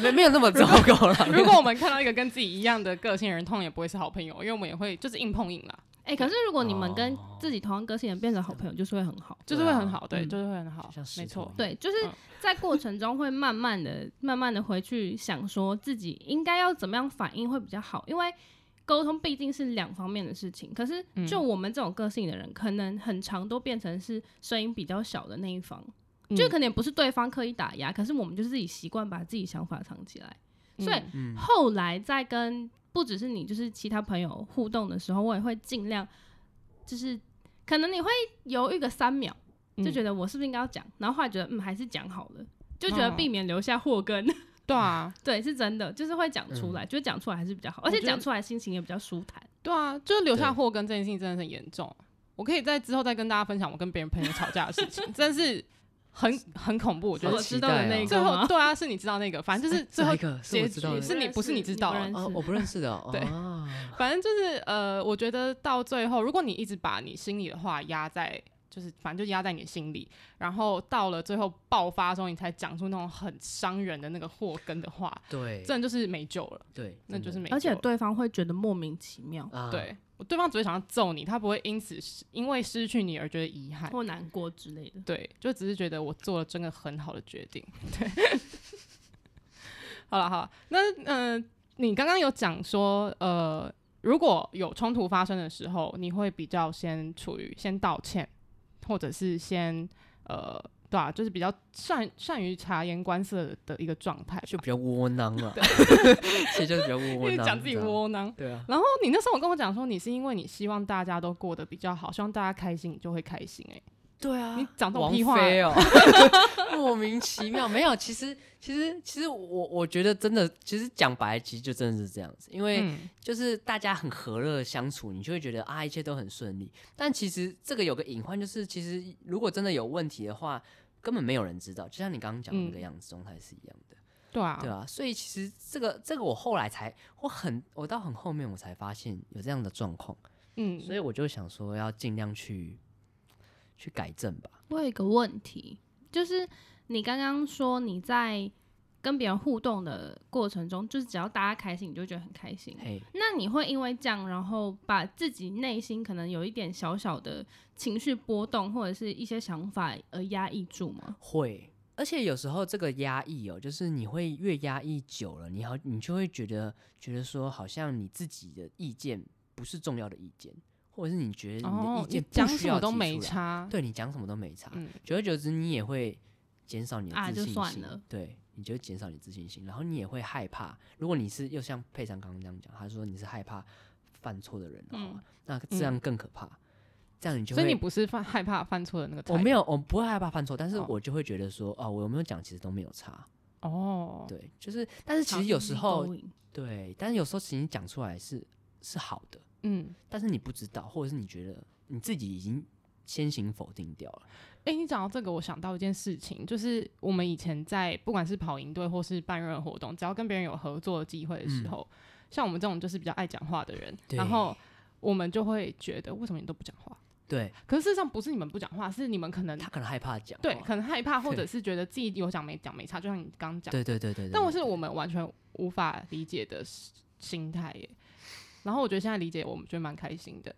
Speaker 3: 没没有那么糟糕了。
Speaker 1: 如果我们看到一个跟自己一样的个性的人，通常也不会是好朋友，因为我们也会就是硬碰硬啦，
Speaker 2: 哎、可是如果你们跟
Speaker 3: 哦
Speaker 2: 自己同样个性的人变成好朋友，就是会很好。
Speaker 1: 就是会很好，
Speaker 2: 对啊
Speaker 1: 对，
Speaker 2: 嗯
Speaker 1: 就是会很好
Speaker 3: 就像，石
Speaker 1: 没
Speaker 3: 头
Speaker 1: 错
Speaker 3: 一，
Speaker 2: 对，就是
Speaker 1: 嗯
Speaker 2: 在过程中会慢慢的、慢慢的回去想说自己应该要怎么样反应会比较好，因为沟通毕竟是两方面的事情。可是
Speaker 1: 嗯
Speaker 2: 就我们这种个性的人，可能很长都变成是声音比较小的那一方，就
Speaker 1: 嗯
Speaker 2: 可能也不是对方刻意打压，可是我们就是自己习惯把自己想法藏起来。所以
Speaker 1: 嗯
Speaker 3: 嗯，
Speaker 2: 后来在跟不只是你，就是其他朋友互动的时候，我也会尽量，就是可能你会犹豫个三秒，就
Speaker 1: 嗯
Speaker 2: 觉得我是不是应该要讲，然后后来觉得嗯还是讲好了，就觉得
Speaker 1: 哦
Speaker 2: 避免留下 祸根。
Speaker 1: 对啊，
Speaker 2: 对，是真的，就是会讲出来，觉得讲出来还是比较好，而
Speaker 1: 嗯
Speaker 2: 且
Speaker 1: 我觉得
Speaker 2: 讲出来心情也比较舒坦。
Speaker 1: 对啊，就是留下
Speaker 3: 对
Speaker 1: 祸根这件事情真的是很严重。我可以在之后再跟大家分享我跟别人朋友吵架的事情，真的是很很恐怖。我觉得
Speaker 2: 是我
Speaker 3: 好
Speaker 2: 知
Speaker 3: 期
Speaker 2: 道的
Speaker 3: 待
Speaker 2: 那
Speaker 3: 哦
Speaker 2: 个
Speaker 1: 最后
Speaker 2: 吗？
Speaker 1: 对啊，是你知道那个，反正 就是最
Speaker 3: 哪
Speaker 1: 后
Speaker 3: 一个是
Speaker 1: 结
Speaker 3: 我知道
Speaker 1: 局
Speaker 3: 的
Speaker 1: 是你不是你知道啊，
Speaker 2: 你
Speaker 3: 哦，
Speaker 2: 不
Speaker 3: 我不认识的哦。
Speaker 1: 对
Speaker 3: 哦
Speaker 1: 反正就是呃，我觉得到最后，如果你一直把你心里的话压在，就是反正就压在你的心里，然后到了最后爆发的时候，你才讲出那种很伤人的那个祸根的话，
Speaker 3: 对
Speaker 1: 真的就是没救了，
Speaker 3: 对，
Speaker 1: 那就是
Speaker 3: 真
Speaker 1: 没救了。
Speaker 2: 而且对方会觉得莫名其妙
Speaker 3: 的啊，
Speaker 1: 对，我对方只会想要揍你，他不会因此失因为失去你而觉得遗憾。
Speaker 2: 或难过之类的。
Speaker 1: 对，就只是觉得我做了真的很好的决定。对，好了好了，那嗯、呃你刚刚有讲说，呃，如果有冲突发生的时候，你会比较先处于先道歉，或者是先呃，对啊，就是比较善善于察言观色的一个状态吧，
Speaker 3: 就比较窝囊了。其实就是比较
Speaker 1: 因
Speaker 3: 窝
Speaker 1: 为
Speaker 3: 囊，
Speaker 1: 讲自己
Speaker 3: 你知道吗。
Speaker 1: 窝囊。
Speaker 3: 对啊，
Speaker 1: 然后你那时候有跟我讲说，你是因为你希望大家都过得比较好，希望大家开心，你就会开心、欸。
Speaker 3: 对啊
Speaker 1: 你讲这种
Speaker 3: 王
Speaker 1: 屁话，
Speaker 3: 菲哦，莫名其妙。没有，其实其实其实我我觉得真的，其实讲白，其实就真的是这样子，因为
Speaker 1: 嗯
Speaker 3: 就是大家很和乐地相处，你就会觉得啊一切都很顺利。但其实这个有个隐患，就是其实如果真的有问题的话。根本没有人知道，就像你刚刚讲的那个
Speaker 1: 嗯
Speaker 3: 样子，状态是一样的，
Speaker 1: 对啊，
Speaker 3: 对啊，所以其实这个这个我后来才，我很我到很后面我才发现有这样的状况，
Speaker 1: 嗯，
Speaker 3: 所以我就想说要尽量去去改正吧。
Speaker 2: 我有一个问题，就是你刚刚说你在跟别人互动的过程中，就是只要大家开心，你就觉得很开
Speaker 1: 嗯
Speaker 2: 心。
Speaker 3: 嘿，
Speaker 2: 那你会因为这样，然后把自己内心可能有一点小小的情绪波动，或者是一些想法而压抑住吗？
Speaker 3: 会，而且有时候这个压抑哦，就是你会越压抑久了，你好，你就会觉得觉得说，好像你自己的意见不是重要的意见，或者是你觉得你的
Speaker 1: 哦
Speaker 3: 意，
Speaker 1: 你
Speaker 3: 见
Speaker 1: 讲
Speaker 3: 不需
Speaker 1: 什
Speaker 3: 要
Speaker 1: 么都
Speaker 3: 提
Speaker 1: 没
Speaker 3: 出来，
Speaker 1: 差，
Speaker 3: 对你讲什么都没差，
Speaker 1: 嗯
Speaker 3: 久而久之你也会减少你的
Speaker 2: 啊
Speaker 3: 自
Speaker 2: 就
Speaker 3: 信心，
Speaker 2: 算了
Speaker 3: 对，你就会减少你的自信心，然后你也会害怕。如果你是又像佩珊刚刚这样讲，他说你是害怕犯错的人的话，
Speaker 2: 嗯
Speaker 3: 那这样更可怕，这样你就
Speaker 1: 所
Speaker 3: 会
Speaker 1: 以你不是犯害怕犯错的那个 type，
Speaker 3: 我没有，我不会害怕犯错，但是
Speaker 1: 哦
Speaker 3: 我就会觉得说，哦，我有没有讲其实都没有差，
Speaker 1: 哦，
Speaker 3: 对，就是，但是其实有时候，
Speaker 2: Easy going
Speaker 3: 对，但是有时候其实你讲出来是是好的，
Speaker 1: 嗯，
Speaker 3: 但是你不知道，或者是你觉得你自己已经先行否定掉了。
Speaker 1: 哎、你讲到这个，我想到一件事情，就是我们以前在不管是跑营队或是办任何活动，只要跟别人有合作的机会的时
Speaker 3: 嗯
Speaker 1: 候，像我们这种就是比较爱讲话的人，
Speaker 3: 对
Speaker 1: 然后我们就会觉得为什么你都不讲话？
Speaker 3: 对
Speaker 1: 可是事实上不是你们不讲话，是你们可能
Speaker 3: 他可能害怕讲话，
Speaker 1: 对可能害怕，或
Speaker 3: 对
Speaker 1: 者是觉得自己有讲没讲没差，就像你刚讲的
Speaker 3: 对对对对 对。
Speaker 1: 但我
Speaker 3: 对
Speaker 1: 是我们完全无法理解的心心态耶。然后我觉得现在理解，我们觉得蛮开心的，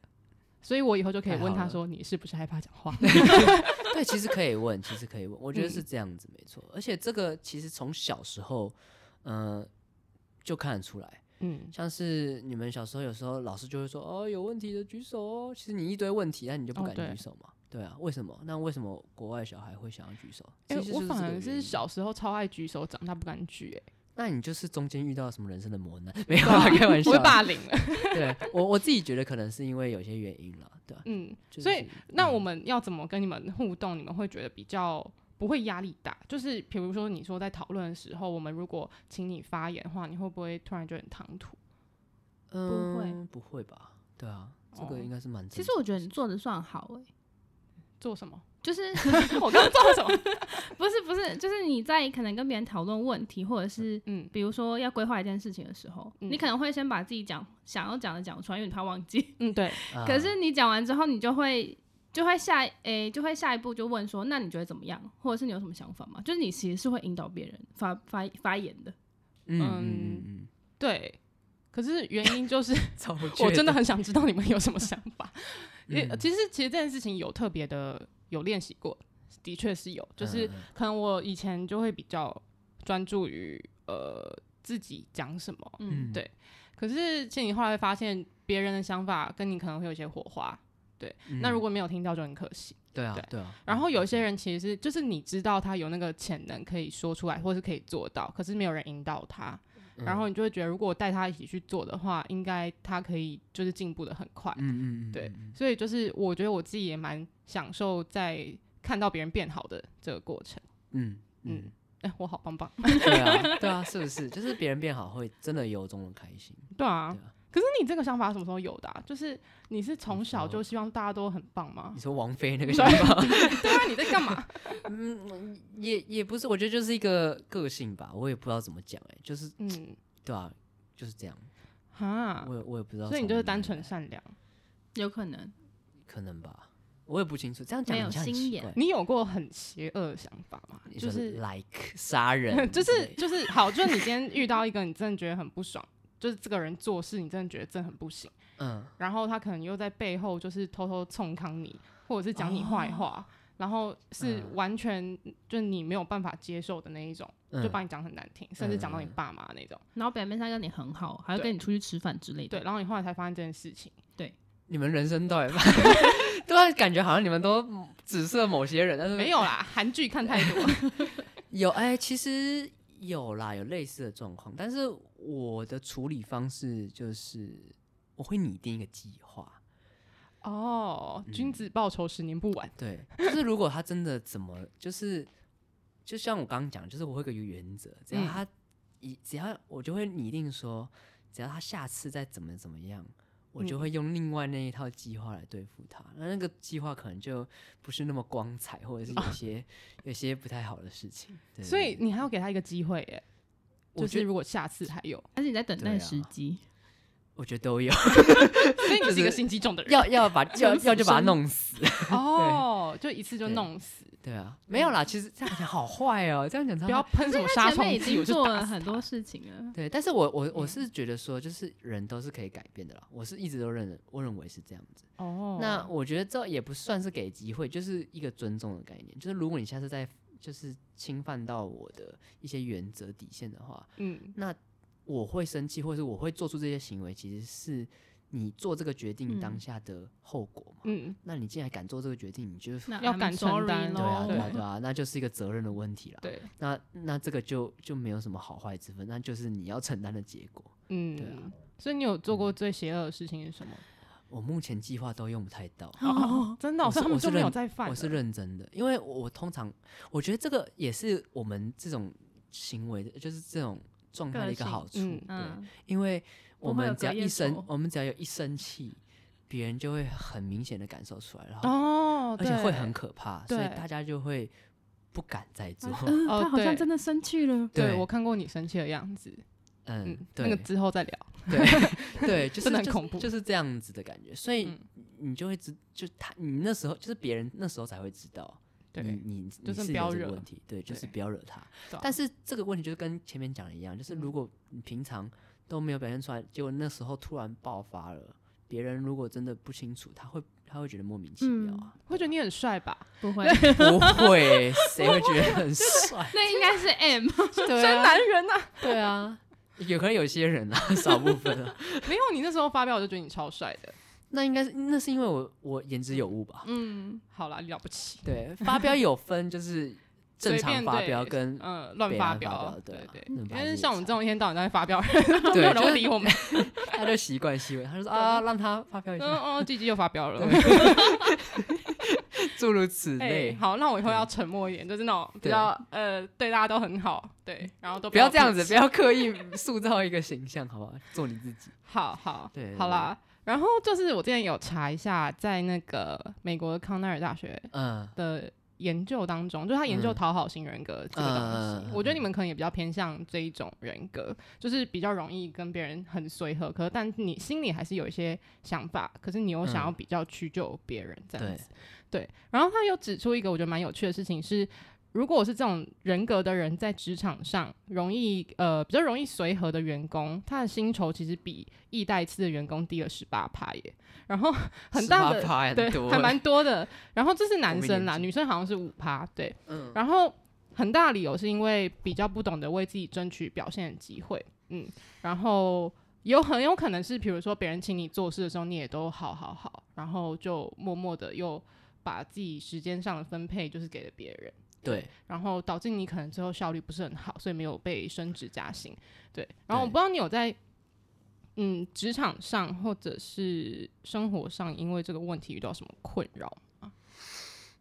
Speaker 1: 所以我以后就可以
Speaker 3: 太
Speaker 1: 问
Speaker 3: 好
Speaker 1: 他
Speaker 3: 了
Speaker 1: 说：“你是不是害怕讲 话
Speaker 3: 对，其实可以问，其实可以问，我觉得
Speaker 1: 嗯
Speaker 3: 是这样子没错。而且这个其实从小时候，呃，就看得出来。？”
Speaker 1: 嗯，
Speaker 3: 像是你们小时候有时候老师就会说哦有问题的举手哦，其实你一堆问题，但你就不
Speaker 1: 哦
Speaker 3: 敢
Speaker 1: 对
Speaker 3: 举手嘛。对啊，为什么？那为什么国外小孩会想要举手？
Speaker 1: 哎、
Speaker 3: 其实
Speaker 1: 我
Speaker 3: 就是这
Speaker 1: 反
Speaker 3: 个
Speaker 1: 而
Speaker 3: 原
Speaker 1: 是
Speaker 3: 因，
Speaker 1: 小时候超爱举手，长大不敢举、 欸，
Speaker 3: 那你就是中间遇到什么人生 的磨难？没有啦， 开玩笑
Speaker 1: 我被
Speaker 3: 啦。
Speaker 1: 霸凌了。
Speaker 3: 对我我自己觉得可能是因为有些原因啦，对吧、啊
Speaker 1: 嗯，
Speaker 3: 就是
Speaker 1: 所以那
Speaker 3: 嗯
Speaker 1: 我们要怎么跟你们互动？你们会觉得比较不会压力大？就是比如说你说在讨论的时候，我们如果请你发言的话，你会不会突然就很唐突？
Speaker 2: 不会
Speaker 3: 嗯不会吧？对啊，这
Speaker 1: 哦
Speaker 3: 个应该是蛮正常的。
Speaker 2: 其实我觉得你做的算好诶、
Speaker 1: 做什么？
Speaker 2: 就是
Speaker 1: 我刚刚做了什么？
Speaker 2: 不是不是，就是你在可能跟别人讨论问题，或者是
Speaker 1: 嗯，
Speaker 2: 比如说要规划一件事情的时候，
Speaker 1: 嗯
Speaker 2: 你可能会先把自己讲想要讲的讲出来，因为你怕忘记。
Speaker 1: 嗯，对，
Speaker 3: 啊
Speaker 2: 可是你讲完之后，你就会就会下诶、就会下一步就问说，那你觉得怎么样？或者是你有什么想法吗？就是你其实是会引导别人发发发言的。
Speaker 3: 嗯嗯
Speaker 1: 嗯
Speaker 3: 嗯嗯
Speaker 1: 对。可是原因就是
Speaker 3: 嗯，超
Speaker 1: 我 真的
Speaker 3: 确
Speaker 1: 很想知道你们有什么想 法。
Speaker 3: 嗯
Speaker 1: 也、其实其实这件事情有特别的有练习过，的确是有，就
Speaker 3: 嗯
Speaker 1: 是
Speaker 3: 嗯嗯
Speaker 1: 可能我以前就会比较专注于呃自己讲什么，
Speaker 2: 嗯，
Speaker 3: 嗯
Speaker 1: 对可是其实你后来会发现别人的想法跟你可能会有一些火花，
Speaker 3: 嗯
Speaker 1: 那如果没有听到就很可惜。
Speaker 3: 对啊
Speaker 1: 对
Speaker 3: 对啊，
Speaker 1: 然后有一些人其实是就是你知道他有那个潜能可以说出来，或是可以做到，可是没有人引导他，
Speaker 3: 嗯
Speaker 1: 然后你就会觉得如果我带他一起去做的话，应该他可以就是进步的很快。
Speaker 3: 嗯嗯嗯
Speaker 1: 对
Speaker 3: 嗯
Speaker 1: 所以就是我觉得我自己也蛮享受在看到别人变好的这个过程。
Speaker 3: 嗯
Speaker 1: 嗯
Speaker 3: 嗯。
Speaker 1: 哎、我好棒棒。
Speaker 3: 对 啊，对啊，是不是？就是别人变好会真的由衷的开心。
Speaker 1: 对啊。
Speaker 3: 对啊
Speaker 1: 可是你这个想法什么时候有的、啊？就是你是从小
Speaker 3: 小
Speaker 1: 就希望大家都很棒吗
Speaker 3: 你？说王菲那个
Speaker 1: 对
Speaker 3: 想法，
Speaker 1: 对啊，你在干嘛？
Speaker 3: 嗯，也也不是，我觉得就是一个个性吧，我也不知道怎么讲，哎，就是
Speaker 1: 嗯，
Speaker 3: 对啊，就是这样，
Speaker 1: 哈
Speaker 3: 我，也我也不知道从哪里来。
Speaker 1: 所以你就是单纯善良。
Speaker 2: 有可能
Speaker 3: 可能吧，我也不清楚。这样讲
Speaker 2: 没有
Speaker 3: 好像很
Speaker 2: 心
Speaker 3: 奇
Speaker 2: 眼
Speaker 3: 怪
Speaker 1: 你有过很邪恶的想法吗？
Speaker 3: 你
Speaker 1: 就
Speaker 3: 说
Speaker 1: 是
Speaker 3: like 杀人之
Speaker 1: 就
Speaker 3: 类的，
Speaker 1: 是就是好，就是你今天遇到一个你真的觉得很不爽，就是这个人做事你真的觉得真的很不行，
Speaker 3: 嗯，
Speaker 1: 然后他可能又在背后就是偷偷冲康你，或者是讲你坏话。然后是
Speaker 3: 嗯
Speaker 1: 完全就是你没有办法接受的那一种，就把你讲很难听，甚至讲到你
Speaker 3: 嗯嗯嗯
Speaker 1: 爸妈那种。
Speaker 2: 然后表面上跟你很好，还要
Speaker 1: 对
Speaker 2: 跟你出去吃饭之类的。
Speaker 1: 对，然后你后来才发现这件事情。
Speaker 3: 你们人生 到底 对啊，感觉好像你们都指涉某些人，但是
Speaker 1: 没有啦，韩剧看太多了。
Speaker 3: 有哎、其实有啦，有类似的状况，但是我的处理方式就是我会拟定一个计划，
Speaker 1: 哦，君
Speaker 3: 嗯
Speaker 1: 子报仇，十年不晚。
Speaker 3: 对，就是如果他真的怎么，就是就像我刚刚讲，就是我会有个原则，只要
Speaker 1: 嗯
Speaker 3: 他一、只要我就会拟定说，只要他下次再怎么怎么样。我就
Speaker 1: 嗯
Speaker 3: 会用另外那一套计划来对付他，那那个计划可能就不是那么光彩，或者是有些、有些不太好的事情。对
Speaker 1: 哦所以
Speaker 3: 对
Speaker 1: 你还要给他一个机会耶，
Speaker 3: 我
Speaker 1: 就
Speaker 3: 觉
Speaker 1: 是
Speaker 3: 得
Speaker 1: 如果下次还有，
Speaker 2: 但是你在等待
Speaker 3: 对啊
Speaker 2: 时机，
Speaker 3: 我觉得都有，
Speaker 1: 所以你是一个
Speaker 3: 就是
Speaker 1: 心机重的人
Speaker 3: 要 要把要
Speaker 2: 死
Speaker 3: 要就把它
Speaker 2: 神
Speaker 3: 弄死。
Speaker 1: 哦，就一次就
Speaker 3: 对
Speaker 1: 弄死，
Speaker 3: 对啊，没有啦，其实这样讲好坏哦，这样讲
Speaker 1: 嗯不
Speaker 3: 不
Speaker 1: 要喷什么杀
Speaker 2: 前
Speaker 1: 虫
Speaker 2: 面已
Speaker 1: 剂，
Speaker 2: 经
Speaker 1: 我就
Speaker 2: 做
Speaker 1: 打
Speaker 2: 了
Speaker 1: 死
Speaker 2: 很
Speaker 1: 他
Speaker 2: 多事情 了。
Speaker 3: 对，但是我我我
Speaker 1: 嗯
Speaker 3: 是觉得说，就是人都是可以改变的啦，我是一直都认我认为是这样子。
Speaker 1: 哦。
Speaker 3: 那我觉得这也不算是给机会，就是一个尊重的概念，就是如果你下次再就是侵犯到我的一些原则底线的话，
Speaker 1: 嗯
Speaker 3: 那我会生气，或者是我会做出这些行为，其实是你做这个决定
Speaker 2: 嗯
Speaker 3: 当下的后果嘛。
Speaker 1: 嗯，
Speaker 3: 那你既然敢做这个决定，你就
Speaker 2: 那
Speaker 1: 要
Speaker 2: I'm
Speaker 1: 敢承
Speaker 2: sorry
Speaker 1: 担
Speaker 2: 咯
Speaker 3: 对啊，
Speaker 1: 咯
Speaker 3: 对啊，对啊，那就是一个责任的问题啦。
Speaker 1: 哦对，
Speaker 3: 那那这个就就没有什么好坏之分，那就是你要承担的结果。对
Speaker 1: 嗯
Speaker 3: 啊，
Speaker 1: 所以你有做过最邪恶的事情是什 么？
Speaker 3: 我目前计划都用不太到，
Speaker 1: 哦，真的哦，
Speaker 3: 我是
Speaker 1: 所以他们
Speaker 3: 我是
Speaker 1: 就没有
Speaker 3: 认
Speaker 1: 再犯了。
Speaker 3: 我是认真的，因为我我通常我觉得这个也是我们这种行为的，就是这种状态的一
Speaker 2: 个
Speaker 3: 个
Speaker 2: 性
Speaker 3: 好处，
Speaker 1: 嗯
Speaker 3: 对，
Speaker 2: 嗯，
Speaker 3: 因为
Speaker 2: 不
Speaker 3: 我
Speaker 2: 会有
Speaker 3: 们只
Speaker 2: 隔
Speaker 3: 要
Speaker 2: 夜
Speaker 3: 一生
Speaker 2: 仇，
Speaker 3: 我们只要有一生气，别人就会很明显的感受出来，然后
Speaker 1: 哦，
Speaker 3: 而且会
Speaker 1: 对
Speaker 3: 很可怕，所以
Speaker 1: 对
Speaker 3: 大家就会不敢再 做。
Speaker 2: 嗯，
Speaker 1: 哦
Speaker 2: 他好像
Speaker 1: 对
Speaker 2: 真的生气了。
Speaker 1: 对
Speaker 3: 对
Speaker 1: 我看过你生气的样子，
Speaker 3: 嗯
Speaker 1: 嗯，，那
Speaker 3: 对
Speaker 1: 个之后再聊。
Speaker 3: 对对，就是
Speaker 1: 真的很
Speaker 3: 就是
Speaker 1: 恐怖
Speaker 3: 就是这样子的感觉。所以
Speaker 1: 嗯
Speaker 3: 你就会知，就他你那时候就是别人那时候才会知道，
Speaker 1: 对
Speaker 3: 你你
Speaker 1: 就
Speaker 3: 你
Speaker 1: 是
Speaker 3: 是
Speaker 1: 不要
Speaker 3: 有这
Speaker 1: 惹
Speaker 3: 个问题，对，就是
Speaker 1: 对
Speaker 3: 不要惹他。
Speaker 1: 对啊嗯
Speaker 3: 但是这个问题就是跟前面讲的一样，就是如果你平常都没有表现出来，结果那时候突然爆发了，别人如果真的不清楚，他会他会觉得莫名其妙啊，
Speaker 1: 嗯会觉得你很帅吧？
Speaker 2: 不会，
Speaker 3: 不会，谁会觉得很帅？
Speaker 2: 那应该是 M，
Speaker 3: 对
Speaker 1: 真
Speaker 3: 啊，
Speaker 1: 男人呐、
Speaker 3: 对啊，有可能有些人啊，少部分 啊，
Speaker 1: 没有你那时候发表，我就觉得你超帅的。
Speaker 3: 那应该是那是因为我我颜值有误吧？
Speaker 2: 嗯，
Speaker 1: 好啦，了不起，
Speaker 3: 对，发飙有分，就是正
Speaker 1: 随
Speaker 3: 常
Speaker 1: 便
Speaker 3: 发
Speaker 1: 对
Speaker 3: 飙跟
Speaker 1: 嗯，乱
Speaker 3: 北
Speaker 1: 发
Speaker 3: 兰发表对
Speaker 1: 对
Speaker 3: 啊
Speaker 1: 对，
Speaker 3: 那
Speaker 1: 因
Speaker 3: 反
Speaker 1: 为
Speaker 3: 正
Speaker 1: 像
Speaker 3: 也
Speaker 1: 我们这
Speaker 3: 差
Speaker 1: 种一天到晚在发表的人，都没有
Speaker 3: 对
Speaker 1: 人
Speaker 3: 就
Speaker 1: 会
Speaker 3: 是
Speaker 1: 理 我们。
Speaker 3: 他就习惯性为，他就说
Speaker 1: 对
Speaker 3: 啊，让他发飙一
Speaker 1: 呃嗯
Speaker 3: 下，
Speaker 1: 哦，鸡鸡又发飙了。
Speaker 3: 诸如此
Speaker 1: 哎，
Speaker 3: 类。
Speaker 1: 好，那我以后要沉默一点，就是那种比
Speaker 3: 对
Speaker 1: 较呃，对大家都很好，对，然后都
Speaker 3: 不要这样子，不要刻意塑造一个形象，好不好？做你自己。
Speaker 1: 好好，
Speaker 3: 对对
Speaker 1: 好啦。然后就是我之前有查一下，在那个美国康奈尔大学
Speaker 3: 嗯，
Speaker 1: 的研究当中，就是他研究
Speaker 3: 嗯
Speaker 1: 讨好型人格这个东西，
Speaker 3: 嗯
Speaker 1: 我觉得你们可能也比较偏向这一种人格，就是比较容易跟别人很随和，可是但你心里还是有一些想法，可是你又想要
Speaker 3: 嗯
Speaker 1: 比较屈就别人这样
Speaker 3: 对
Speaker 1: 子。对，然后他又指出一个我觉得蛮有趣的事情是。如果我是这种人格的人，在职场上容易呃比较容易随和的员工，他的薪酬其实比易代次的员工低了十八趴耶。然后很大的
Speaker 3: 18%还很
Speaker 1: 对
Speaker 3: 多
Speaker 1: 还
Speaker 3: 欸
Speaker 1: 蛮多的。然后这是男
Speaker 3: 我们
Speaker 1: 生
Speaker 3: 眼
Speaker 1: 啦，
Speaker 3: 睛
Speaker 1: 女生好像是五趴，对。
Speaker 3: 嗯
Speaker 1: 然后很大理由是因为比较不懂得为自己争取表现的机会，嗯，然后有很有可能是比如说别人请你做事的时候，你也都好好好，然后就默默的又把自己时间上的分配就是给了别人。
Speaker 3: 对，
Speaker 1: 然后导致你可能最后效率不是很好，所以没有被升职加薪。对，然后我
Speaker 3: 对
Speaker 1: 不知道你有在嗯职场上或者是生活上，因为这个问题遇到什么困扰吗？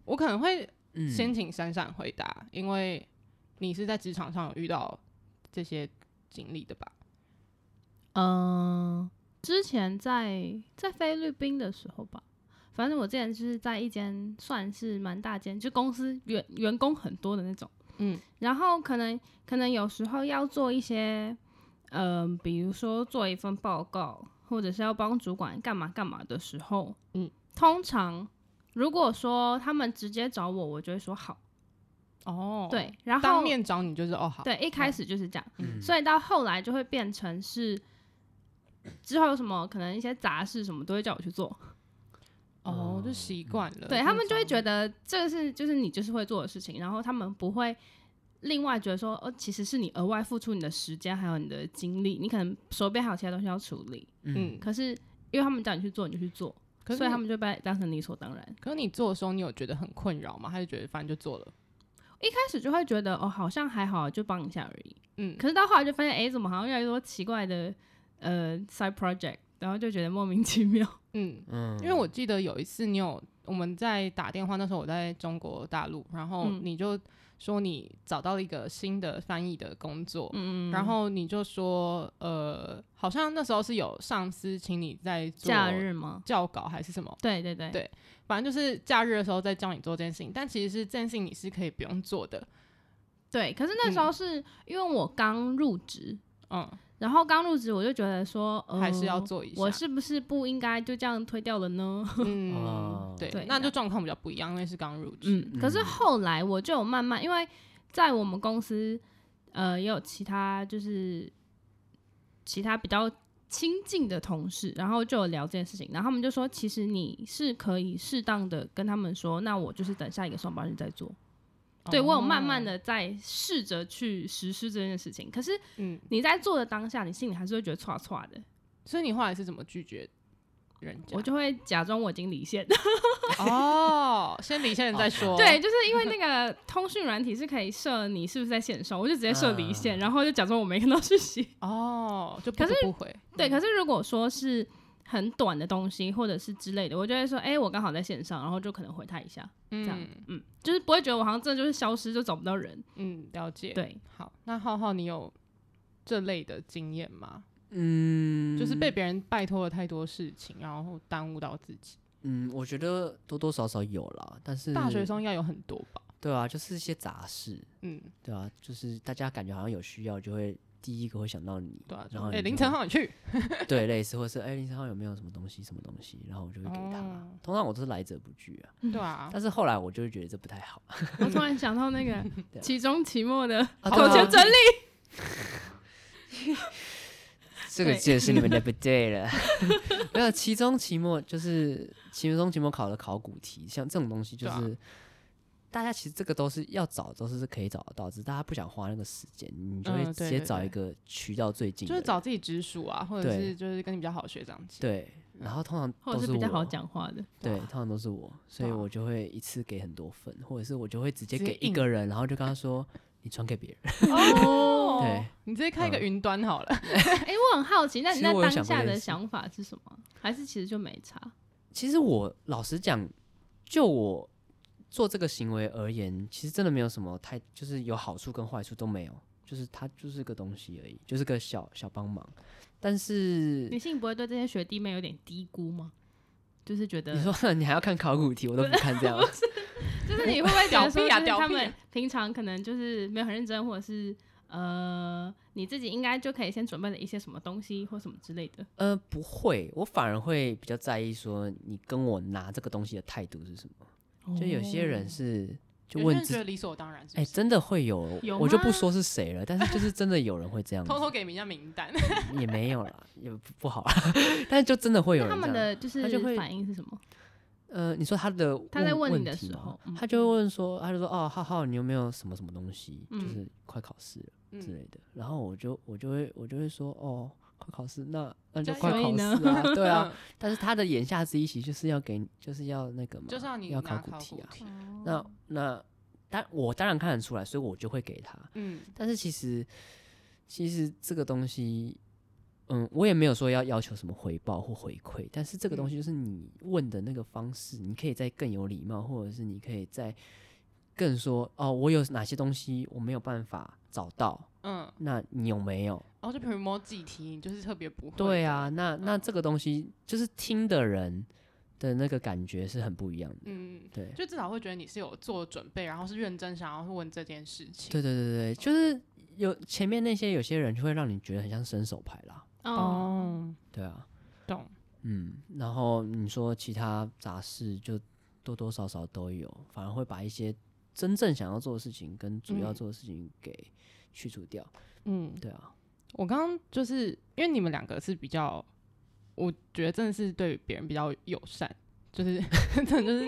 Speaker 1: 我可能会
Speaker 3: 嗯，
Speaker 1: 先请闪闪回答，因为你是在职场上有遇到这些经历的吧？
Speaker 2: 嗯，之前在在菲律宾的时候吧，反正我之前就是在一间算是蛮大间，就公司员员工很多的那种，
Speaker 1: 嗯，
Speaker 2: 然后可能可能有时候要做一些，嗯、比如说做一份报告，或者是要帮主管干嘛干嘛的时候，
Speaker 1: 嗯，
Speaker 2: 通常如果说他们直接找我，我就会说好，
Speaker 1: 哦，，
Speaker 2: 对，然后
Speaker 1: 当面找你就是哦好，
Speaker 2: 对，一开始就是这样，
Speaker 3: 嗯
Speaker 2: 所以到后来就会变成是之后有什么可能一些杂事什么都会叫我去做，
Speaker 1: 哦就
Speaker 3: 嗯
Speaker 1: 习惯了，
Speaker 2: 对他们就会觉
Speaker 1: 得
Speaker 2: 得这个是就是你就是会做的事情，然后他们不会另外觉得说哦，其实是你额外付出你的时间还有你的精力，你可能手边还有其他东西要处理，
Speaker 1: 嗯，
Speaker 2: 可是因为他们叫你去做，你就去做，
Speaker 1: 可是
Speaker 2: 所以
Speaker 1: 你
Speaker 2: 他们就被当成理所当然。
Speaker 1: 可是你做的时候，你有觉得很困扰吗？还是觉得反正就做了？
Speaker 2: 一开始就会觉得哦，好像还好，就帮一下而已。
Speaker 1: 嗯，
Speaker 2: 可是到后来就发现，哎、怎么好像越来越多奇怪的呃 side project，然后就觉得莫名其妙。
Speaker 1: 嗯，
Speaker 3: 嗯
Speaker 1: 因为我记得有一次你有我们在打电话，那时候我在中国大陆，然后
Speaker 2: 嗯
Speaker 1: 你就说你找到了一个新的翻译的工作，
Speaker 2: 嗯，
Speaker 1: 然后你就说呃，好像那时候是有上司请你在做
Speaker 2: 假日吗？
Speaker 1: 教稿还是什么，
Speaker 2: 对对对
Speaker 1: 对反正就是假日的时候在叫你做这件事情，但其实是这件事情你是可以不用做的，
Speaker 2: 对可是那时候是因为我刚入职，
Speaker 1: 嗯，
Speaker 2: 然后刚入职我就觉得说，呃、
Speaker 1: 还是要做一下。
Speaker 2: 我是不是不应该就这样推掉了呢？
Speaker 1: 嗯
Speaker 3: 哦，
Speaker 1: 对，
Speaker 2: 对
Speaker 1: 那就状况比较不一样，因为是刚入职，
Speaker 2: 嗯，可是后来我就有慢慢，因为在我们公司，呃，也有其他就是其他比较亲近的同事，然后就有聊这件事情，然后他们就说，其实你是可以适当的跟他们说，那我就是等下一个上班日再做。对我有慢慢
Speaker 1: 哦，
Speaker 2: 的在试着去实施这件事情，可是
Speaker 1: 嗯，
Speaker 2: 你在做的当下，你心里还是会觉得歘歘啊的，
Speaker 1: 所以你后来是怎么拒绝人家？
Speaker 2: 我就会假装我已经离线。
Speaker 1: 哦，先离线再说。
Speaker 2: 对，，就是因为那个通讯软体是可以设你是不是在线上，我就直接设离
Speaker 3: 嗯
Speaker 2: 线，然后就假装我没看到讯息。
Speaker 1: 哦，就不
Speaker 2: 可
Speaker 1: 读
Speaker 2: 是
Speaker 1: 不回。嗯
Speaker 2: 对，可是如果说是很短的东西或者是之类的，我就会说，哎、我刚好在线上，然后就可能回他一下，
Speaker 1: 这
Speaker 2: 这样，嗯，就是不会觉得我好像真的就是消失就找不到人。
Speaker 1: 嗯，了解。，
Speaker 2: 对，
Speaker 1: 好，那浩浩，你有这类的经验吗？
Speaker 3: 嗯，
Speaker 1: 就是被别人拜托了太多事情，然后耽误到自己。
Speaker 3: 嗯，我觉得多多少少有啦，但是
Speaker 1: 大学生应该有很多吧？
Speaker 3: 对啊，就是一些杂事，
Speaker 1: 嗯，
Speaker 3: 对啊，就是大家感觉好像有需要就会。第一个会想到你，
Speaker 1: 对啊。就
Speaker 3: 然后
Speaker 1: 哎，
Speaker 3: 你
Speaker 1: 凌
Speaker 3: 就
Speaker 1: 晨浩你去，
Speaker 3: 对，类似，或是哎、林三号有没有什么东西，什么东西，然后我就会给他。
Speaker 1: 哦
Speaker 3: 通常我都是来者不拒啊，
Speaker 2: 嗯
Speaker 1: 对啊，
Speaker 3: 但是后来我就会觉得这不太好。
Speaker 2: 我突然想到那个
Speaker 3: 对啊
Speaker 2: 期中期末的
Speaker 1: 哦
Speaker 3: 啊
Speaker 2: 口
Speaker 3: 对啊
Speaker 2: 诀整理，
Speaker 3: 这个
Speaker 2: 对
Speaker 3: 就是你们的不 对了。没有，期中、期末就是期中、期末考的考古题，像这种东西就
Speaker 1: 对啊
Speaker 3: 是。大家其实这个都是要找，都是可以找得到，只是大家不想花那个时间，你就会
Speaker 1: 嗯
Speaker 3: 直
Speaker 1: 对
Speaker 3: 接
Speaker 1: 对
Speaker 3: 找
Speaker 1: 对
Speaker 3: 一个渠道最近
Speaker 1: 就
Speaker 3: 的
Speaker 1: 是
Speaker 3: 人、
Speaker 1: 找自己直属啊，或者
Speaker 3: 对
Speaker 1: 是就是跟你比较好的学长姐。
Speaker 3: 对，然后通常
Speaker 2: 或
Speaker 3: 都
Speaker 2: 者是比较
Speaker 3: 我
Speaker 2: 好，讲话的。
Speaker 3: 对，
Speaker 1: 对啊
Speaker 3: 通常都是我，所以
Speaker 1: 对啊
Speaker 3: 我就会一次给很多份，或者是我就会直接
Speaker 1: 直接
Speaker 3: 给一
Speaker 1: 硬
Speaker 3: 个人，然后就跟他说你传给别人。
Speaker 1: 哦
Speaker 3: 对，
Speaker 1: 你直接开一个
Speaker 3: 嗯
Speaker 1: 云端好了。
Speaker 2: 哎、我很好奇，那
Speaker 3: 其
Speaker 2: 你
Speaker 3: 实
Speaker 2: 那
Speaker 3: 我有
Speaker 2: 当
Speaker 3: 想过
Speaker 2: 下
Speaker 3: 这件
Speaker 2: 的
Speaker 3: 事
Speaker 2: 想法是什么？还是其实就没差？
Speaker 3: 其实我老实讲，就我做这个行为而言，其实真的没有什么太，就是有好处跟坏处都没有，就是它就是个东西而已，就是个小小帮忙。但是
Speaker 2: 你心里不会对这些学弟妹有点低估吗？就是觉得
Speaker 3: 你说你还要看考古题，我都不看 这样。
Speaker 2: 就是你会不会觉得
Speaker 1: 屌
Speaker 2: 说，
Speaker 1: 屁
Speaker 2: 就
Speaker 1: 啊
Speaker 2: 是
Speaker 1: 屌屁啊
Speaker 2: 他们平常可能就是没有很认真，或者是呃，你自己应该就可以先准备了一些什么东西或什么之类的。
Speaker 3: 呃，不会，我反而会比较在意说你跟我拿这个东西的态度是什么。就有些人是
Speaker 1: 有
Speaker 3: 就
Speaker 1: 些
Speaker 3: 问
Speaker 1: 人觉
Speaker 3: 自
Speaker 1: 得理所当然，是
Speaker 3: 哎、
Speaker 1: 不是？
Speaker 3: 真的会有，
Speaker 2: 有
Speaker 3: 我就不
Speaker 2: 吗
Speaker 3: 说是谁了，但是就是真的有人会这样子，
Speaker 1: 偷偷给人家名单，
Speaker 3: 也 没有啦，也不不好，但是就真的会有
Speaker 2: 那
Speaker 3: 人
Speaker 2: 他们
Speaker 3: 这样
Speaker 2: 的就是
Speaker 3: 他就会
Speaker 2: 反应是什么？
Speaker 3: 呃，你说他的
Speaker 2: 他在
Speaker 3: 问
Speaker 2: 问你的
Speaker 3: 题
Speaker 2: 时
Speaker 3: 吗
Speaker 2: 候嗯
Speaker 3: 他就会问说，他就说哦，浩浩，你有没有什么什么东西，就
Speaker 2: 嗯
Speaker 3: 是快考试了之
Speaker 1: 嗯，
Speaker 3: 类的。然后我就我就会我就会说哦，快考试，那那就
Speaker 1: 加
Speaker 3: 快
Speaker 2: 油所以
Speaker 3: 考试
Speaker 2: 呢
Speaker 3: 啊，对 啊。但是他的言下之意其实就是要给你，就是要那个嘛，
Speaker 1: 就是让你
Speaker 3: 要
Speaker 1: 拿
Speaker 3: 古
Speaker 1: 考
Speaker 3: 题啊。
Speaker 1: 题
Speaker 3: 那
Speaker 1: 哦
Speaker 3: 那当我当然看得出来，所以我就会给他。
Speaker 1: 嗯，
Speaker 3: 但是其实其实这个东西，嗯，我也没有说要要求什么回报或回馈，但是这个东西就是你问的那个方式，你可以再更有礼貌，或者是你可以再更说哦，我有哪些东西我没有办法找到，
Speaker 1: 嗯，
Speaker 3: 那你有没有？
Speaker 1: 然后哦就比如某几题，你就是特别不会。
Speaker 3: 对啊，，那那这个东西就是听的人的那个感觉是很不一样的，
Speaker 1: 嗯，
Speaker 3: 对。
Speaker 1: 就至少会觉得你是有做准备，然后是认真想要问这件事情。
Speaker 3: 对对对对，就是有前面那些有些人就会让你觉得很像伸手牌啦，
Speaker 2: 哦，，
Speaker 3: 对啊，
Speaker 1: 懂。
Speaker 3: 嗯，然后你说其他杂事就多多少少都有，反而会把一些真正想要做的事情跟主要
Speaker 1: 嗯
Speaker 3: 做的事情给去除掉。
Speaker 1: 嗯，
Speaker 3: 对啊，
Speaker 1: 我刚刚就是因为你们两个是比较，我觉得真的是对别人比较友善，就是 真的就是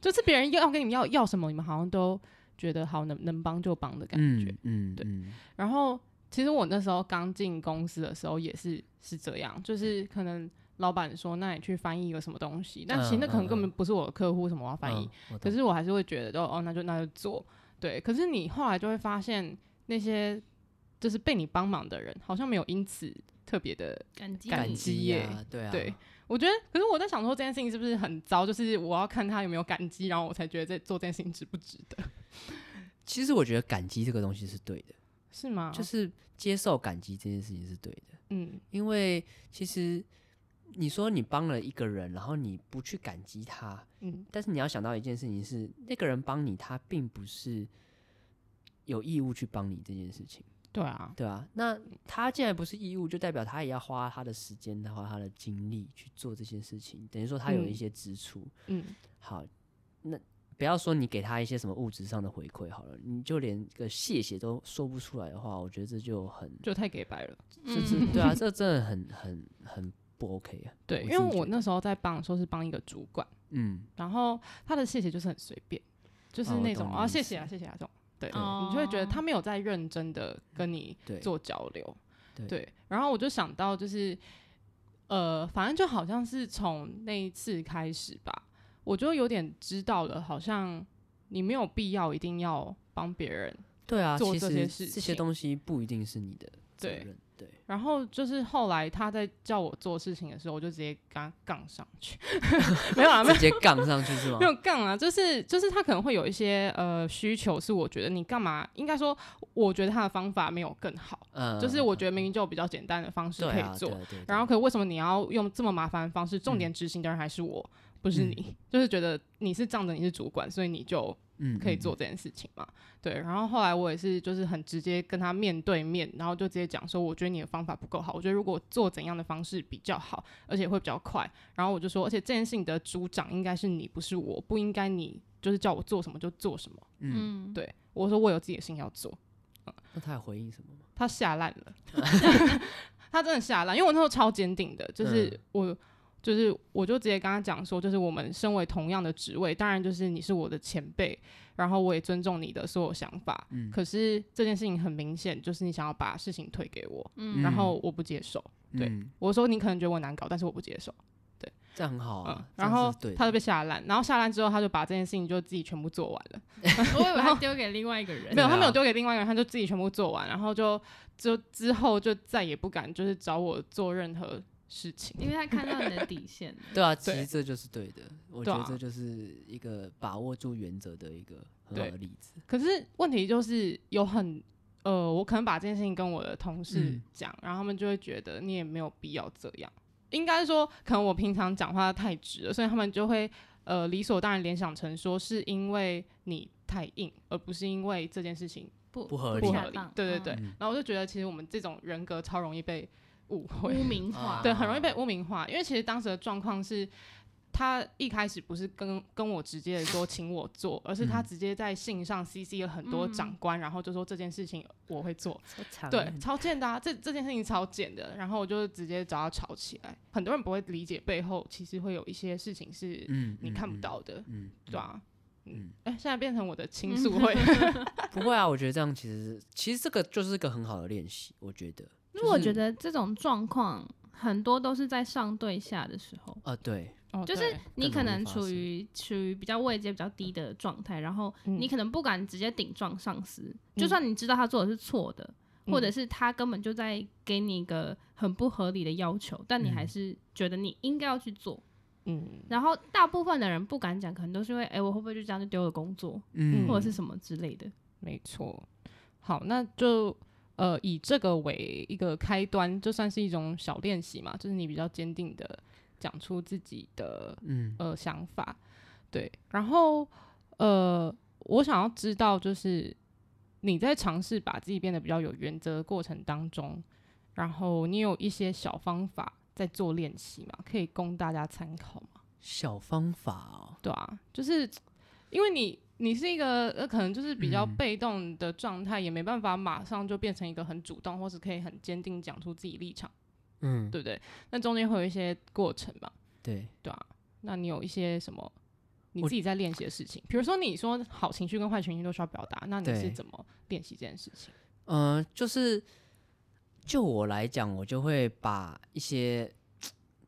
Speaker 1: 就是别人要跟你们要要什么，你们好像都觉得好能能帮就帮的感觉。
Speaker 3: 嗯，嗯
Speaker 1: 对
Speaker 3: 嗯
Speaker 1: 然后其实我那时候刚进公司的时候也是是这样，就是可能老板说那你去翻译一个什么东西，但其实那可能根本不是我的客户什么我要翻译，
Speaker 3: 嗯我
Speaker 1: 可
Speaker 3: 懂
Speaker 1: 是我还是会觉得哦哦那就那就做对，可是你后来就会发现那些就是被你帮忙的人好像没有因此特别的。
Speaker 2: 感激
Speaker 1: 感
Speaker 3: 感
Speaker 2: 你
Speaker 1: 激
Speaker 3: 激
Speaker 1: 耶
Speaker 3: 啊，对啊，
Speaker 1: 对我觉得，可是我在想说这件事情是不是很糟？就是我要看他有没有感激，然后我才觉得这做这件事情值不值得，
Speaker 3: 其实我觉得感激这个东西是对的，
Speaker 1: 是吗？
Speaker 3: 就是接受感激这件事情是对的，
Speaker 1: 嗯，
Speaker 3: 因为其实你说你帮了一个人，然后你不去感激他，
Speaker 1: 嗯
Speaker 3: 但是你要想到一件事情是，那个人帮你，他并不是有义务去帮你这件事情，
Speaker 1: 对啊，
Speaker 3: 对啊，那他既然不是义务，就代表他也要花他的时间，花他的精力去做这件事情，等于说他有一
Speaker 1: 嗯
Speaker 3: 些支出。
Speaker 1: 嗯，
Speaker 3: 好，那不要说你给他一些什么物质上的回馈好了，你就连个谢谢都说不出来的话，我觉得这就 很，
Speaker 1: 就太给白了。
Speaker 3: 就是、对啊，这真的很很很不 OK 啊。
Speaker 1: 对，
Speaker 3: 我
Speaker 1: 因
Speaker 3: 自
Speaker 1: 为
Speaker 3: 己觉
Speaker 1: 我
Speaker 3: 得
Speaker 1: 那时候在帮的时候是帮一个主管，
Speaker 3: 嗯，
Speaker 1: 然后他的谢谢就是很随便，就是
Speaker 3: 哦我
Speaker 1: 那
Speaker 3: 懂
Speaker 1: 种
Speaker 3: 你
Speaker 1: 啊
Speaker 3: 意
Speaker 1: 谢
Speaker 3: 思
Speaker 1: 谢啊谢谢啊这种，对，
Speaker 2: 哦
Speaker 1: 你就会觉得他没有在认真的跟你
Speaker 3: 对，
Speaker 1: 做交流，
Speaker 3: 对
Speaker 1: 然后我就想到就是，呃，反正就好像是从那一次开始吧，我就有点知道了，好像你没有必要一定要帮别人，
Speaker 3: 对啊，
Speaker 1: 做
Speaker 3: 其
Speaker 1: 这
Speaker 3: 实
Speaker 1: 些事
Speaker 3: 这
Speaker 1: 情
Speaker 3: 些东西不一定是你的责
Speaker 1: 对
Speaker 3: 任，对对，
Speaker 1: 然后就是后来他在叫我做事情的时候，我就直接跟他杠上去， 没有啊，没有
Speaker 3: 直接杠上去是吗
Speaker 1: 没？有杠啊，就是就是他可能会有一些呃需求，是我觉得你干嘛？应该说，我觉得他的方法没有更好，
Speaker 3: 嗯，
Speaker 1: 就是我觉得明明就有比较简单的方式
Speaker 3: 对
Speaker 1: 可
Speaker 3: 啊
Speaker 1: 以做，
Speaker 3: 对啊对嗯啊对啊
Speaker 1: 然后可为什么你要用这么麻烦的方式？重点执行的人还是我，不是你，就是觉得你是仗着你是主管，所以你就
Speaker 3: 嗯
Speaker 1: 可以做，这件事情嘛。对，然后后来我也是就是很直接跟他面对面，然后就直接讲说，我觉得你的方法不够好，我觉得如果做怎样的方式比较好，而且会比较快。然后我就说，而且这件事情的组长应该是你，不是我，不应该你就是叫我做什么就做什么。
Speaker 3: 嗯，嗯
Speaker 2: 嗯，
Speaker 1: 对我说，我有自己的事情要做。
Speaker 3: 嗯那他有回应什么吗？
Speaker 1: 他吓烂了， 他真的吓烂，因为我那时候超坚定的，就是
Speaker 3: 嗯
Speaker 1: 我。就是，我就直接跟他讲说，就是我们身为同样的职位，当然就是你是我的前辈，然后我也尊重你的所有想法。
Speaker 3: 嗯
Speaker 1: 可是这件事情很明显，就是你想要把事情推给我，
Speaker 2: 嗯
Speaker 1: 然后我不接受。对
Speaker 3: 嗯，
Speaker 1: 我说你可能觉得我难搞，但是我不接受。
Speaker 3: 这样很好
Speaker 1: 嗯
Speaker 3: 啊，，这
Speaker 1: 然
Speaker 3: 样
Speaker 1: 后
Speaker 3: 是对的，
Speaker 1: 他就被吓烂，然后吓烂之后，他就把这件事情就自己全部做完了。
Speaker 2: 我以为
Speaker 1: 然后
Speaker 2: 他丢给另外一个人，
Speaker 1: 没有，他
Speaker 3: 对啊
Speaker 1: 没有丢给另外一个人，他就自己全部做完，然后就就之后就再也不敢就是找我做任何事情。
Speaker 2: 因为他看到你的底线。
Speaker 3: 对啊，其
Speaker 1: 对
Speaker 3: 实这就是对的，我
Speaker 1: 对
Speaker 3: 觉得
Speaker 1: 啊
Speaker 3: 这就是一个把握住原则的一个很好
Speaker 1: 对
Speaker 3: 的例子。
Speaker 1: 可是问题就是有很呃，我可能把这件事情跟我的同事
Speaker 3: 嗯
Speaker 1: 讲，然后他们就会觉得你也没有必要这样。应该说，可能我平常讲话太直了，所以他们就会呃理所当然联想成说是因为你太硬，而不是因为这件事情
Speaker 2: 不
Speaker 3: 不 合
Speaker 1: 不
Speaker 3: 理
Speaker 1: 合
Speaker 2: 恰
Speaker 1: 理
Speaker 2: 当。
Speaker 1: 对对对，
Speaker 2: 嗯
Speaker 1: 然后我就觉得其实我们这种人格超容易被误会。
Speaker 2: 污名化，
Speaker 1: 对，
Speaker 3: 哦
Speaker 1: 很容易被污名化。因为其实当时的状况是，他一开始不是跟跟我直接的说请我做，而是他
Speaker 3: 嗯
Speaker 1: 直接在信上 CC 了很多长官，然后就说这件事情我会做，对，超贱的啊！这这件事情超贱的，然后我就直接找他吵起来。很多人不会理解背后其实会有一些事情是
Speaker 3: 嗯，
Speaker 1: 你
Speaker 3: 嗯
Speaker 1: 看不，到的，
Speaker 3: 嗯，嗯
Speaker 1: 对啊。嗯
Speaker 3: 嗯，
Speaker 1: 哎、现在变成 我的倾诉会，
Speaker 3: 不会啊，我觉得这样其实其实这个就是一个很好的练习，我觉得。
Speaker 2: 因为我
Speaker 3: 就是
Speaker 2: 觉得这种状况很多都是在上对下的时候，
Speaker 3: 啊，对，
Speaker 1: 哦
Speaker 2: 就是
Speaker 1: 对
Speaker 2: 你可
Speaker 3: 更容易
Speaker 2: 能
Speaker 3: 发
Speaker 2: 处
Speaker 3: 生
Speaker 2: 于处于比较位阶比较低的状态，然后
Speaker 1: 嗯
Speaker 2: 你可能不敢直接顶撞上司，
Speaker 1: 嗯
Speaker 2: 就算你知道他做的是错的，或者
Speaker 1: 嗯
Speaker 2: 是他根本就在给你一个很不合理的要求，但你还
Speaker 3: 嗯
Speaker 2: 是觉得你应该要去做。
Speaker 1: 嗯，
Speaker 2: 然后大部分的人不敢讲，可能都是因为，哎、我会不会就这样就丢了工作，
Speaker 3: 嗯
Speaker 2: 或者是什么之类的。
Speaker 1: 没错。好，那就呃以这个为一个开端，就算是一种小练习嘛，就是你比较坚定的讲出自己的
Speaker 3: 嗯
Speaker 1: 呃想法，对。然后呃，我想要知道就是你在尝试把自己变得比较有原则的过程当中，然后你有一些小方法在做练习嘛，可以供大家参考吗？
Speaker 3: 小方法哦，
Speaker 1: 对啊，就是因为你你是一个呃，可能就是比较
Speaker 3: 嗯
Speaker 1: 被动的状态，也没办法马上就变成一个很主动，或是可以很坚定讲出自己立场，
Speaker 3: 嗯，
Speaker 1: 对不对？那中间会有一些过程嘛，
Speaker 3: 对，
Speaker 1: 对啊。那你有一些什么你
Speaker 3: 我
Speaker 1: 自己在练习的事情？比如说你说好情绪跟坏情绪都需要表达，那你是
Speaker 3: 对
Speaker 1: 怎么练习这件事情？
Speaker 3: 呃，就是就我来讲，我就会把一些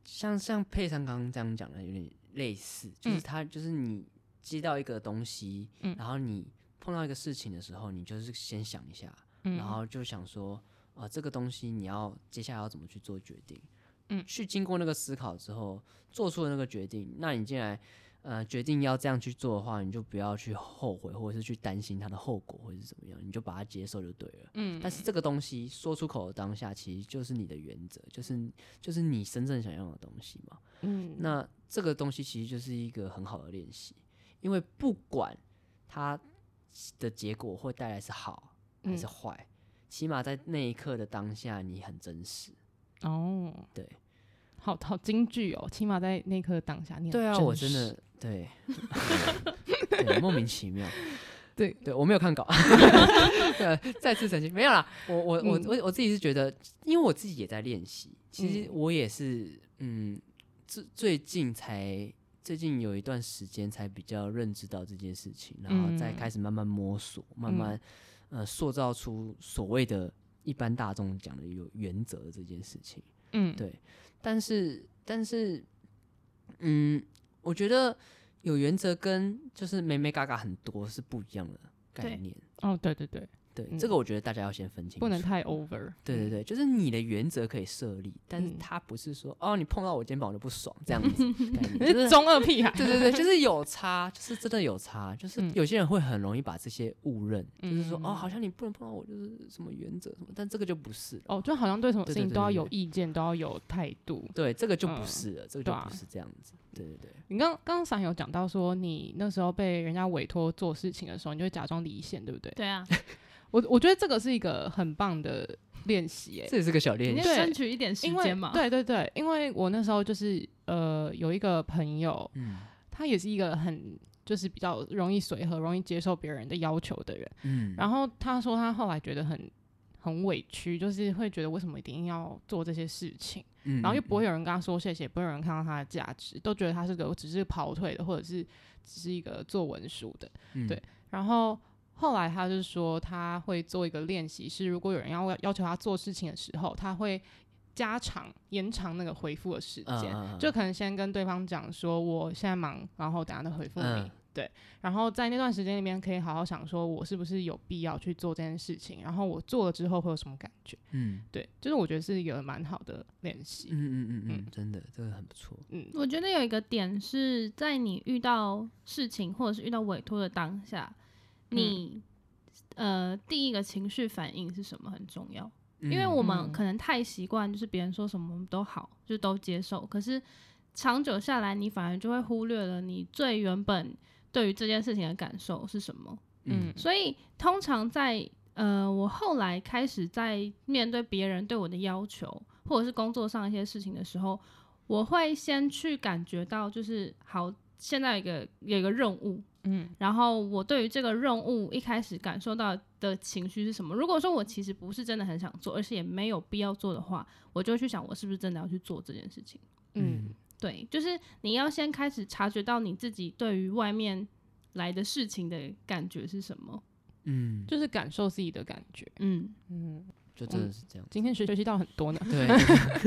Speaker 3: 像像佩珊刚刚这样讲的有点类似，就是
Speaker 1: 嗯
Speaker 3: 他、就是你接到一个东西，
Speaker 1: 嗯
Speaker 3: 然后你碰到一个事情的时候，你就是先想一下，
Speaker 1: 嗯，
Speaker 3: 然后就想说，啊、这个东西你要接下来要怎么去做决定？
Speaker 1: 嗯
Speaker 3: 去经过那个思考之后，做出了那个决定，那你既然呃决定要这样去做的话，你就不要去后悔，或者是去担心它的后果或者是怎么样，你就把它接受就对了。
Speaker 1: 嗯，
Speaker 3: 但是这个东西说出口的当下，其实就是你的原则，就是就是你真正想要的东西嘛。
Speaker 1: 嗯
Speaker 3: 那这个东西其实就是一个很好的练习，因为不管它的结果会带来是好还是
Speaker 1: 嗯
Speaker 3: 坏，起码在那一刻的当下你很真实。
Speaker 1: 哦，
Speaker 3: 对
Speaker 1: 好好京剧哦，起码在那刻当下你很
Speaker 3: 对啊，我
Speaker 1: 真
Speaker 3: 真
Speaker 1: 实
Speaker 3: 的对对莫名其妙。
Speaker 1: 对
Speaker 3: 对，我没有看稿， 呃，再次澄清，没有啦。我我我
Speaker 1: 嗯
Speaker 3: 我我自己是觉得，因为我自己也在练习，其实
Speaker 1: 嗯
Speaker 3: 我也是，嗯，最最近才最近有一段时间才比较认知到这件事情，然后再
Speaker 1: 嗯
Speaker 3: 开始慢慢摸索，慢
Speaker 1: 嗯
Speaker 3: 慢、呃塑造出所谓的一般大众讲的有原则这件事情。
Speaker 1: 嗯
Speaker 3: 对但是，但是，嗯，我觉得有原则跟就是美美嘎嘎很多是不一样的概
Speaker 2: 对
Speaker 3: 念。
Speaker 1: 哦，对对对，
Speaker 3: 对，
Speaker 1: 嗯
Speaker 3: 这个我觉得大家要先分清楚，
Speaker 1: 不能太 over。
Speaker 3: 对对对，就是你的原则可以设立，但是
Speaker 1: 嗯
Speaker 3: 他不是说哦，你碰到我肩膀我就不爽这样子的概念，
Speaker 1: 你
Speaker 3: 就是
Speaker 1: 是中二啊 屁孩，
Speaker 3: 对对对，就是有差，就是真的有差，就是
Speaker 1: 嗯
Speaker 3: 有些人会很容易把这些误认，就是说
Speaker 1: 嗯
Speaker 3: 哦，好像你不能碰到我，就是什么原则什么，但这个就不是了。
Speaker 1: 哦，就好像对什么
Speaker 3: 对
Speaker 1: 事
Speaker 3: 对
Speaker 1: 情
Speaker 3: 对
Speaker 1: 都要
Speaker 3: 对
Speaker 1: 有
Speaker 3: 对
Speaker 1: 意见，都要有态度。
Speaker 3: 对，这个就不
Speaker 1: 嗯
Speaker 3: 是了，这个
Speaker 1: 对
Speaker 3: 就
Speaker 1: 啊
Speaker 3: 不是这样子。对对对，
Speaker 1: 你刚刚刚闪有讲到说，你那时候被人家委托做事情的时候，你就会假装离线，对不对？
Speaker 2: 对啊，
Speaker 1: 我我觉得这个是一个很棒的练习、 欸，
Speaker 3: 这也是个小练
Speaker 2: 你
Speaker 3: 习。
Speaker 2: 要争取一点时
Speaker 1: 因为
Speaker 2: 间 嘛。，
Speaker 1: 对对对，因为我那时候就是呃有一个朋友，
Speaker 3: 嗯
Speaker 1: 他也是一个很就是比较容易随和、容易接受别人的要求的人，
Speaker 3: 嗯，
Speaker 1: 然后他说他后来觉得很很委屈，就是会觉得为什么一定要做这些事情。
Speaker 3: 嗯
Speaker 1: 然后又不会有人跟他说谢谢，不会有人看到他的价值，都觉得他是个只是跑腿的，或者是只是一个做文书的。
Speaker 3: 嗯
Speaker 1: 对然后后来他就说他会做一个练习，是如果有人要要求他做事情的时候，他会加长延长那个回复的时
Speaker 3: 嗯
Speaker 1: 间，
Speaker 3: 嗯嗯
Speaker 1: 就可能先跟对方讲说我现在忙，然后等下再回复你。
Speaker 3: 嗯
Speaker 1: 对，然后在那段时间里面，可以好好想说，我是不是有必要去做这件事情？然后我做了之后会有什么感觉？
Speaker 3: 嗯
Speaker 1: 对，就是我觉得是一个蛮好的练习。
Speaker 3: 嗯嗯嗯嗯，
Speaker 1: 嗯
Speaker 3: 真的这个很不错。
Speaker 1: 嗯
Speaker 2: 我觉得有一个点是在你遇到事情或者是遇到委托的当下，
Speaker 1: 嗯
Speaker 2: 你、呃第一个情绪反应是什么很重要。因为
Speaker 3: 嗯
Speaker 2: 我
Speaker 1: 嗯
Speaker 2: 们可能太习惯，就是别人说什么我们都好，就都接受。可是长久下来，你反而就会忽略了你最原本对于这件事情的感受是什么。
Speaker 1: 嗯
Speaker 2: 所以通常在呃，我后来开始在面对别人对我的要求，或者是工作上一些事情的时候，我会先去感觉到，就是好，现在有一个有一个任务，
Speaker 1: 嗯
Speaker 2: 然后我对于这个任务一开始感受到的情绪是什么？如果说我其实不是真的很想做，而且也没有必要做的话，我就会去想我是不是真的要去做这件事情。
Speaker 1: 嗯
Speaker 3: 嗯
Speaker 2: 对，就是你要先开始察觉到你自己对于外面来的事情的感觉是什么。
Speaker 3: 嗯，
Speaker 1: 就是感受自己的感觉。
Speaker 2: 嗯，
Speaker 1: 嗯，
Speaker 3: 就真的是这样。
Speaker 1: 今天学习到很多呢。
Speaker 3: 对，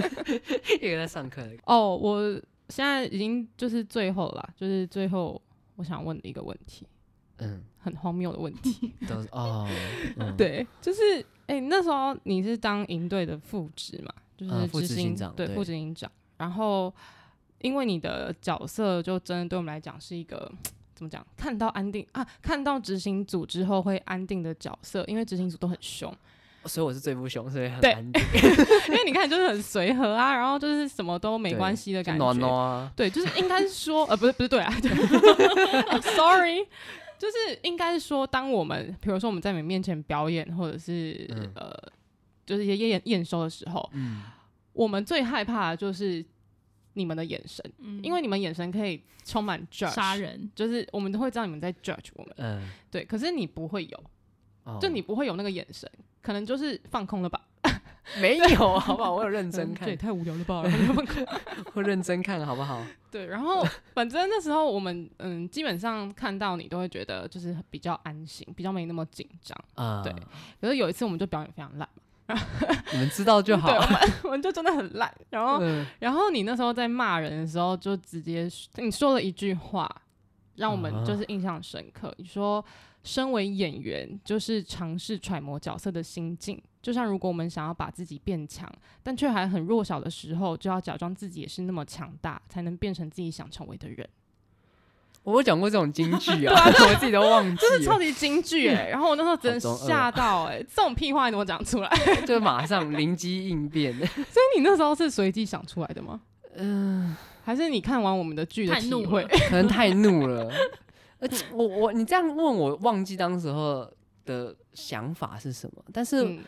Speaker 3: 一个在上课，
Speaker 1: 哦，我现在已经就是最后啦，就是最后我想问的一个问题，
Speaker 3: 嗯，
Speaker 1: 很荒谬的问题。
Speaker 3: 都是哦，嗯，
Speaker 1: 对，就是哎、那时候你是当营队的副职嘛，就
Speaker 3: 呃
Speaker 1: 是
Speaker 3: 副执
Speaker 1: 执
Speaker 3: 行
Speaker 1: 行
Speaker 3: 长
Speaker 1: 对，
Speaker 3: 对
Speaker 1: 副执行长。然后因为你的角色就真的对我们来讲是一个。怎么讲？看到安定啊，看到执行组之后会安定的角色，因为执行组都很凶，
Speaker 3: 哦所以我是最不凶，所以很
Speaker 1: 对
Speaker 3: 安静，
Speaker 1: 因为你看就是很随和啊，然后就是什么都没
Speaker 3: 对
Speaker 1: 关系的
Speaker 3: 就
Speaker 1: 感
Speaker 3: no
Speaker 1: 觉，
Speaker 3: no 啊，
Speaker 1: 对，就是应该是说，呃，不是不是对啊 I'm，sorry，就是应该是说，当我们比如说我们在你们面前表演，或者是、
Speaker 3: 嗯
Speaker 1: 呃，就是一些验验收的时候，
Speaker 3: 嗯，
Speaker 1: 我们最害怕的就是你们的眼神，
Speaker 2: 嗯
Speaker 1: 因为你们眼神可以充满 judge，
Speaker 2: 杀人，
Speaker 1: 就是我们都会知道你们在 judge 我们，
Speaker 3: 嗯，
Speaker 1: 对，可是你不会有，
Speaker 3: 哦
Speaker 1: 就你不会有那个眼神，可能就是放空了吧，
Speaker 3: 没有，好不好？我有认真
Speaker 1: 嗯这也
Speaker 3: 看，
Speaker 1: 太无聊了吧，然后就放空。
Speaker 3: 我认真看，好不好？
Speaker 1: 对，然后反正那时候我们嗯，基本上看到你都会觉得就是比较安心，比较没那么紧张。
Speaker 3: 啊，
Speaker 1: 对，可是有一次我们就表演非常烂，
Speaker 3: 你们知道就好
Speaker 1: 对，。我们 哦我们就真的很烂。然后，
Speaker 3: 嗯
Speaker 1: 然后你那时候在骂人的时候，就直接你说了一句话，让我们就是印象深刻。你说，身为演员，就是尝试揣摩角色的心境。就像如果我们想要把自己变强，但却还很弱小的时候，就要假装自己也是那么强大，才能变成自己想成为的人。
Speaker 3: 我有讲过这种京剧啊， 我自己都忘记
Speaker 1: 这是超
Speaker 3: 了，
Speaker 1: 级京剧哎、然后我那时候真的
Speaker 3: 嗯好中二
Speaker 1: 吓到哎、这种屁话你怎么讲出 来？
Speaker 3: 就马上灵机应变。
Speaker 1: 所以你那时候是随机想出来的吗？
Speaker 3: 嗯，
Speaker 1: 还是你看完我们的剧的
Speaker 2: 太
Speaker 1: 体
Speaker 2: 怒
Speaker 1: 会
Speaker 2: 了？
Speaker 3: 可能太怒了。 而且我我你这样问我，忘记当时候的想法是什么，但是
Speaker 1: 嗯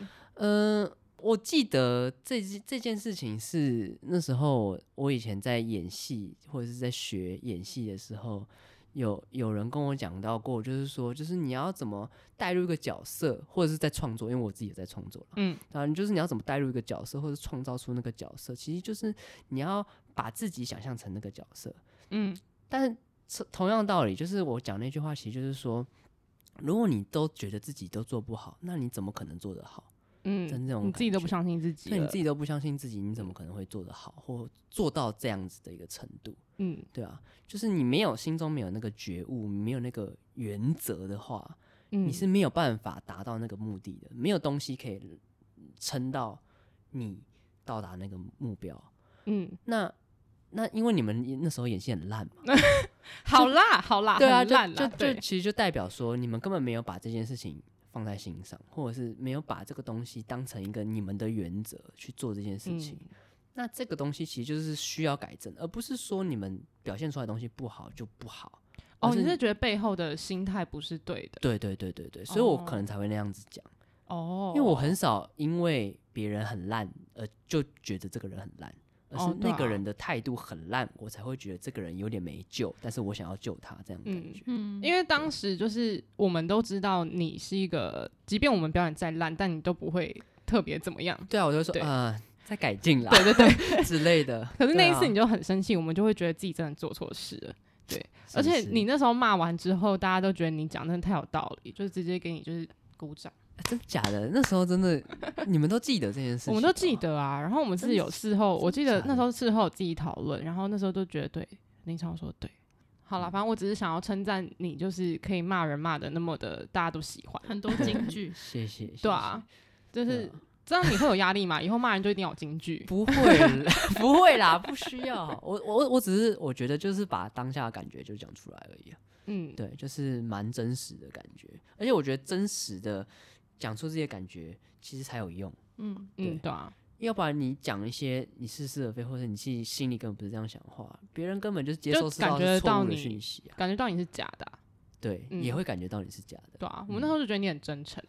Speaker 3: 嗯，我记得这这件事情是那时候我以前在演戏或者是在学演戏的时候，有有人跟我讲到过，就是说，就是你要怎么带入一个角色，或者是在创作，因为我自己也在创作了，
Speaker 1: 嗯
Speaker 3: 当然就是你要怎么带入一个角色，或者是创造出那个角色，其实就是你要把自己想象成那个角色，
Speaker 1: 嗯
Speaker 3: 但是同同样道理，就是我讲那句话，其实就是说，如果你都觉得自己都做不好，那你怎么可能做得好？真
Speaker 1: 嗯，
Speaker 3: 这种
Speaker 1: 你自己都
Speaker 3: 感
Speaker 1: 不
Speaker 3: 觉
Speaker 1: 相信自己
Speaker 3: 那
Speaker 1: 了，
Speaker 3: 你自己都不相信自己，你怎么可能会做得好，或做到这样子的一个程度，
Speaker 1: 嗯
Speaker 3: 对啊，就是你没有心中没有那个觉悟，没有那个原则的话，
Speaker 1: 嗯
Speaker 3: 你是没有办法达到那个目的的，没有东西可以撑到你到达那个目标。
Speaker 1: 嗯，
Speaker 3: 那那因为你们那时候演戏很烂嘛，
Speaker 1: 好啦好啦，
Speaker 3: 对啊，
Speaker 1: 很
Speaker 3: 就
Speaker 1: 烂
Speaker 3: 就
Speaker 1: 啦，
Speaker 3: 就
Speaker 1: 对嗯
Speaker 3: 其实就代表说你们根本没有把这件事情放在心上，或者是没有把这个东西当成一个你们的原则去做这件事情。
Speaker 1: 嗯
Speaker 3: 那这个东西其实就是需要改正，而不是说你们表现出来的东西不好就不好。
Speaker 1: 哦，
Speaker 3: 而
Speaker 1: 你是觉得背后的心态不是对的
Speaker 3: 对对对对对，所以我
Speaker 1: 哦
Speaker 3: 可能才会那样子讲，
Speaker 1: 哦，
Speaker 3: 因为我很少因为别人很烂，而就觉得这个人很烂，而
Speaker 1: 哦
Speaker 3: 是
Speaker 1: 对
Speaker 3: 那
Speaker 1: 啊
Speaker 3: 个人的态度很烂，我才会觉得这个人有点没救，但是我想要救他这样的感
Speaker 1: 嗯
Speaker 3: 觉。
Speaker 2: 嗯，
Speaker 1: 因为当时就是我们都知道你是一个，即便我们表演再烂，但你都不会特别怎么样。
Speaker 3: 对啊，我就说
Speaker 1: 对
Speaker 3: 呃，再改进啦，
Speaker 1: 对对对，
Speaker 3: 之类的。啊
Speaker 1: 可是那一次你
Speaker 3: 就，
Speaker 1: 就很生气，我们就会觉得自己真的做错事了。
Speaker 3: 是
Speaker 1: 而
Speaker 3: 不
Speaker 1: 且
Speaker 3: 是
Speaker 1: 你那时候骂完之后，大家都觉得你讲得真的太有道理，就是直接给你就是鼓掌。
Speaker 3: 啊真的假的？那时候真的，你们都记得这件事情，
Speaker 1: 我们都记。得啊，然后我们是有事后，我记得
Speaker 3: 假的，
Speaker 1: 那时候事后有自己讨论，然后那时候都觉得对，林超说对。好了，反正我只是想要称赞你，就是可以骂人骂的那么的大家都喜欢，
Speaker 2: 很多京剧
Speaker 3: 谢谢，谢谢
Speaker 1: 对啊，，就
Speaker 3: 对
Speaker 1: 是
Speaker 3: 啊
Speaker 1: 这样你会有压力 嘛？以后骂人就一定要有金句。
Speaker 3: 不会 啦，不会啦，不需要。我我我只是我觉得就是把当下的感觉就讲出来而已啊。
Speaker 1: 嗯，
Speaker 3: 对，就是蛮真实的感觉，而且我觉得真实的讲出这些感觉其实才有用，
Speaker 2: 嗯，
Speaker 1: 嗯，
Speaker 3: 对
Speaker 1: 对啊，
Speaker 3: 要不然你讲一些你似是而非，或者你自己心里根本不是这样想的话，别人根本就是接
Speaker 1: 就
Speaker 3: 收是
Speaker 1: 感
Speaker 3: 到
Speaker 1: 觉
Speaker 3: 是错
Speaker 1: 到
Speaker 3: 误的
Speaker 1: 你
Speaker 3: 讯息啊。
Speaker 1: 感觉到你是假的啊、
Speaker 3: 对，
Speaker 1: 嗯
Speaker 3: 也会感觉到你是假的，
Speaker 1: 对啊，我们那时候就觉得你很真诚，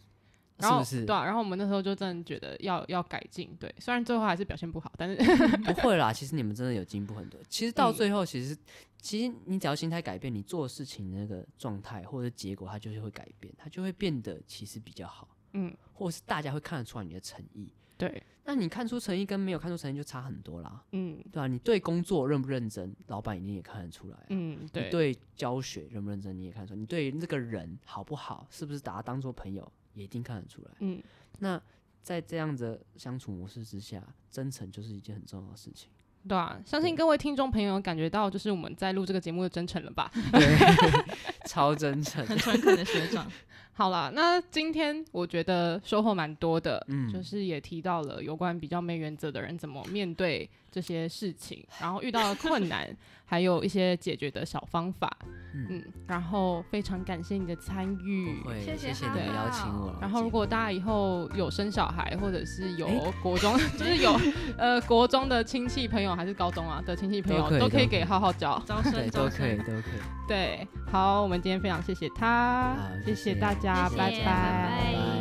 Speaker 1: 然
Speaker 3: 是
Speaker 1: 后
Speaker 3: 不是？
Speaker 1: 对啊，然后我们那时候就真的觉得要要改进，对，虽然最后还是表现不好，但是
Speaker 3: 不会啦，其实你们真的有进步很多。其实
Speaker 1: 嗯
Speaker 3: 到最后，其实、其实你只要心态改变，你做事情的那个状态或者结果，它就是会改变，它就会变得其实比较好，
Speaker 1: 嗯，
Speaker 3: 或者是大家会看得出来你的诚意。
Speaker 1: 对，
Speaker 3: 那你看出诚意跟没有看出诚意就差很多啦，
Speaker 1: 嗯
Speaker 3: 对吧、啊你对工作认不认真，老板一定也看得出来、啊。
Speaker 1: 嗯，
Speaker 3: 你
Speaker 1: 对，
Speaker 3: 对教学认不认真，你也看得出来；你对那个人好不好，是不是把他当做朋友，也一定看得出来。
Speaker 1: 嗯，
Speaker 3: 那在这样的相处模式之下，真诚就是一件很重要的 事情。
Speaker 1: 对啊，相信各位听众朋友感觉到就是我们在录这个节目的真诚了 吧？
Speaker 3: 对，超真 诚。
Speaker 2: 很诚恳的学长，
Speaker 1: 好啦，那今天我觉得收获蛮多的，
Speaker 3: 嗯
Speaker 1: 就是也提到了有关比较没原则的人怎么面对这些事 情，然后遇到的困难，还有一些解决的小方法，
Speaker 3: 嗯
Speaker 1: 嗯，然后非常感谢你的参与。
Speaker 3: 不会，
Speaker 2: 谢谢
Speaker 3: 谢谢你
Speaker 2: 哈
Speaker 3: 们邀请
Speaker 2: 好
Speaker 3: 我来节目。
Speaker 1: 然后，如果大家以后有生小孩，或者是有
Speaker 3: 诶
Speaker 1: 国中， 就是 有呃国中的亲戚朋友，还是高中啊的亲戚朋友，
Speaker 3: 都可以
Speaker 1: 都可以
Speaker 3: 都可以
Speaker 1: 给浩浩教。
Speaker 2: 招
Speaker 3: 对
Speaker 2: 生
Speaker 3: 都
Speaker 2: 招
Speaker 3: 可以，
Speaker 2: 生，
Speaker 3: 都可以。
Speaker 1: 对，好，我们今天非常谢谢他
Speaker 3: 好，
Speaker 1: 谢
Speaker 3: 谢谢
Speaker 1: 大家，
Speaker 2: 谢谢
Speaker 1: 啊拜
Speaker 2: 拜拜
Speaker 3: 拜。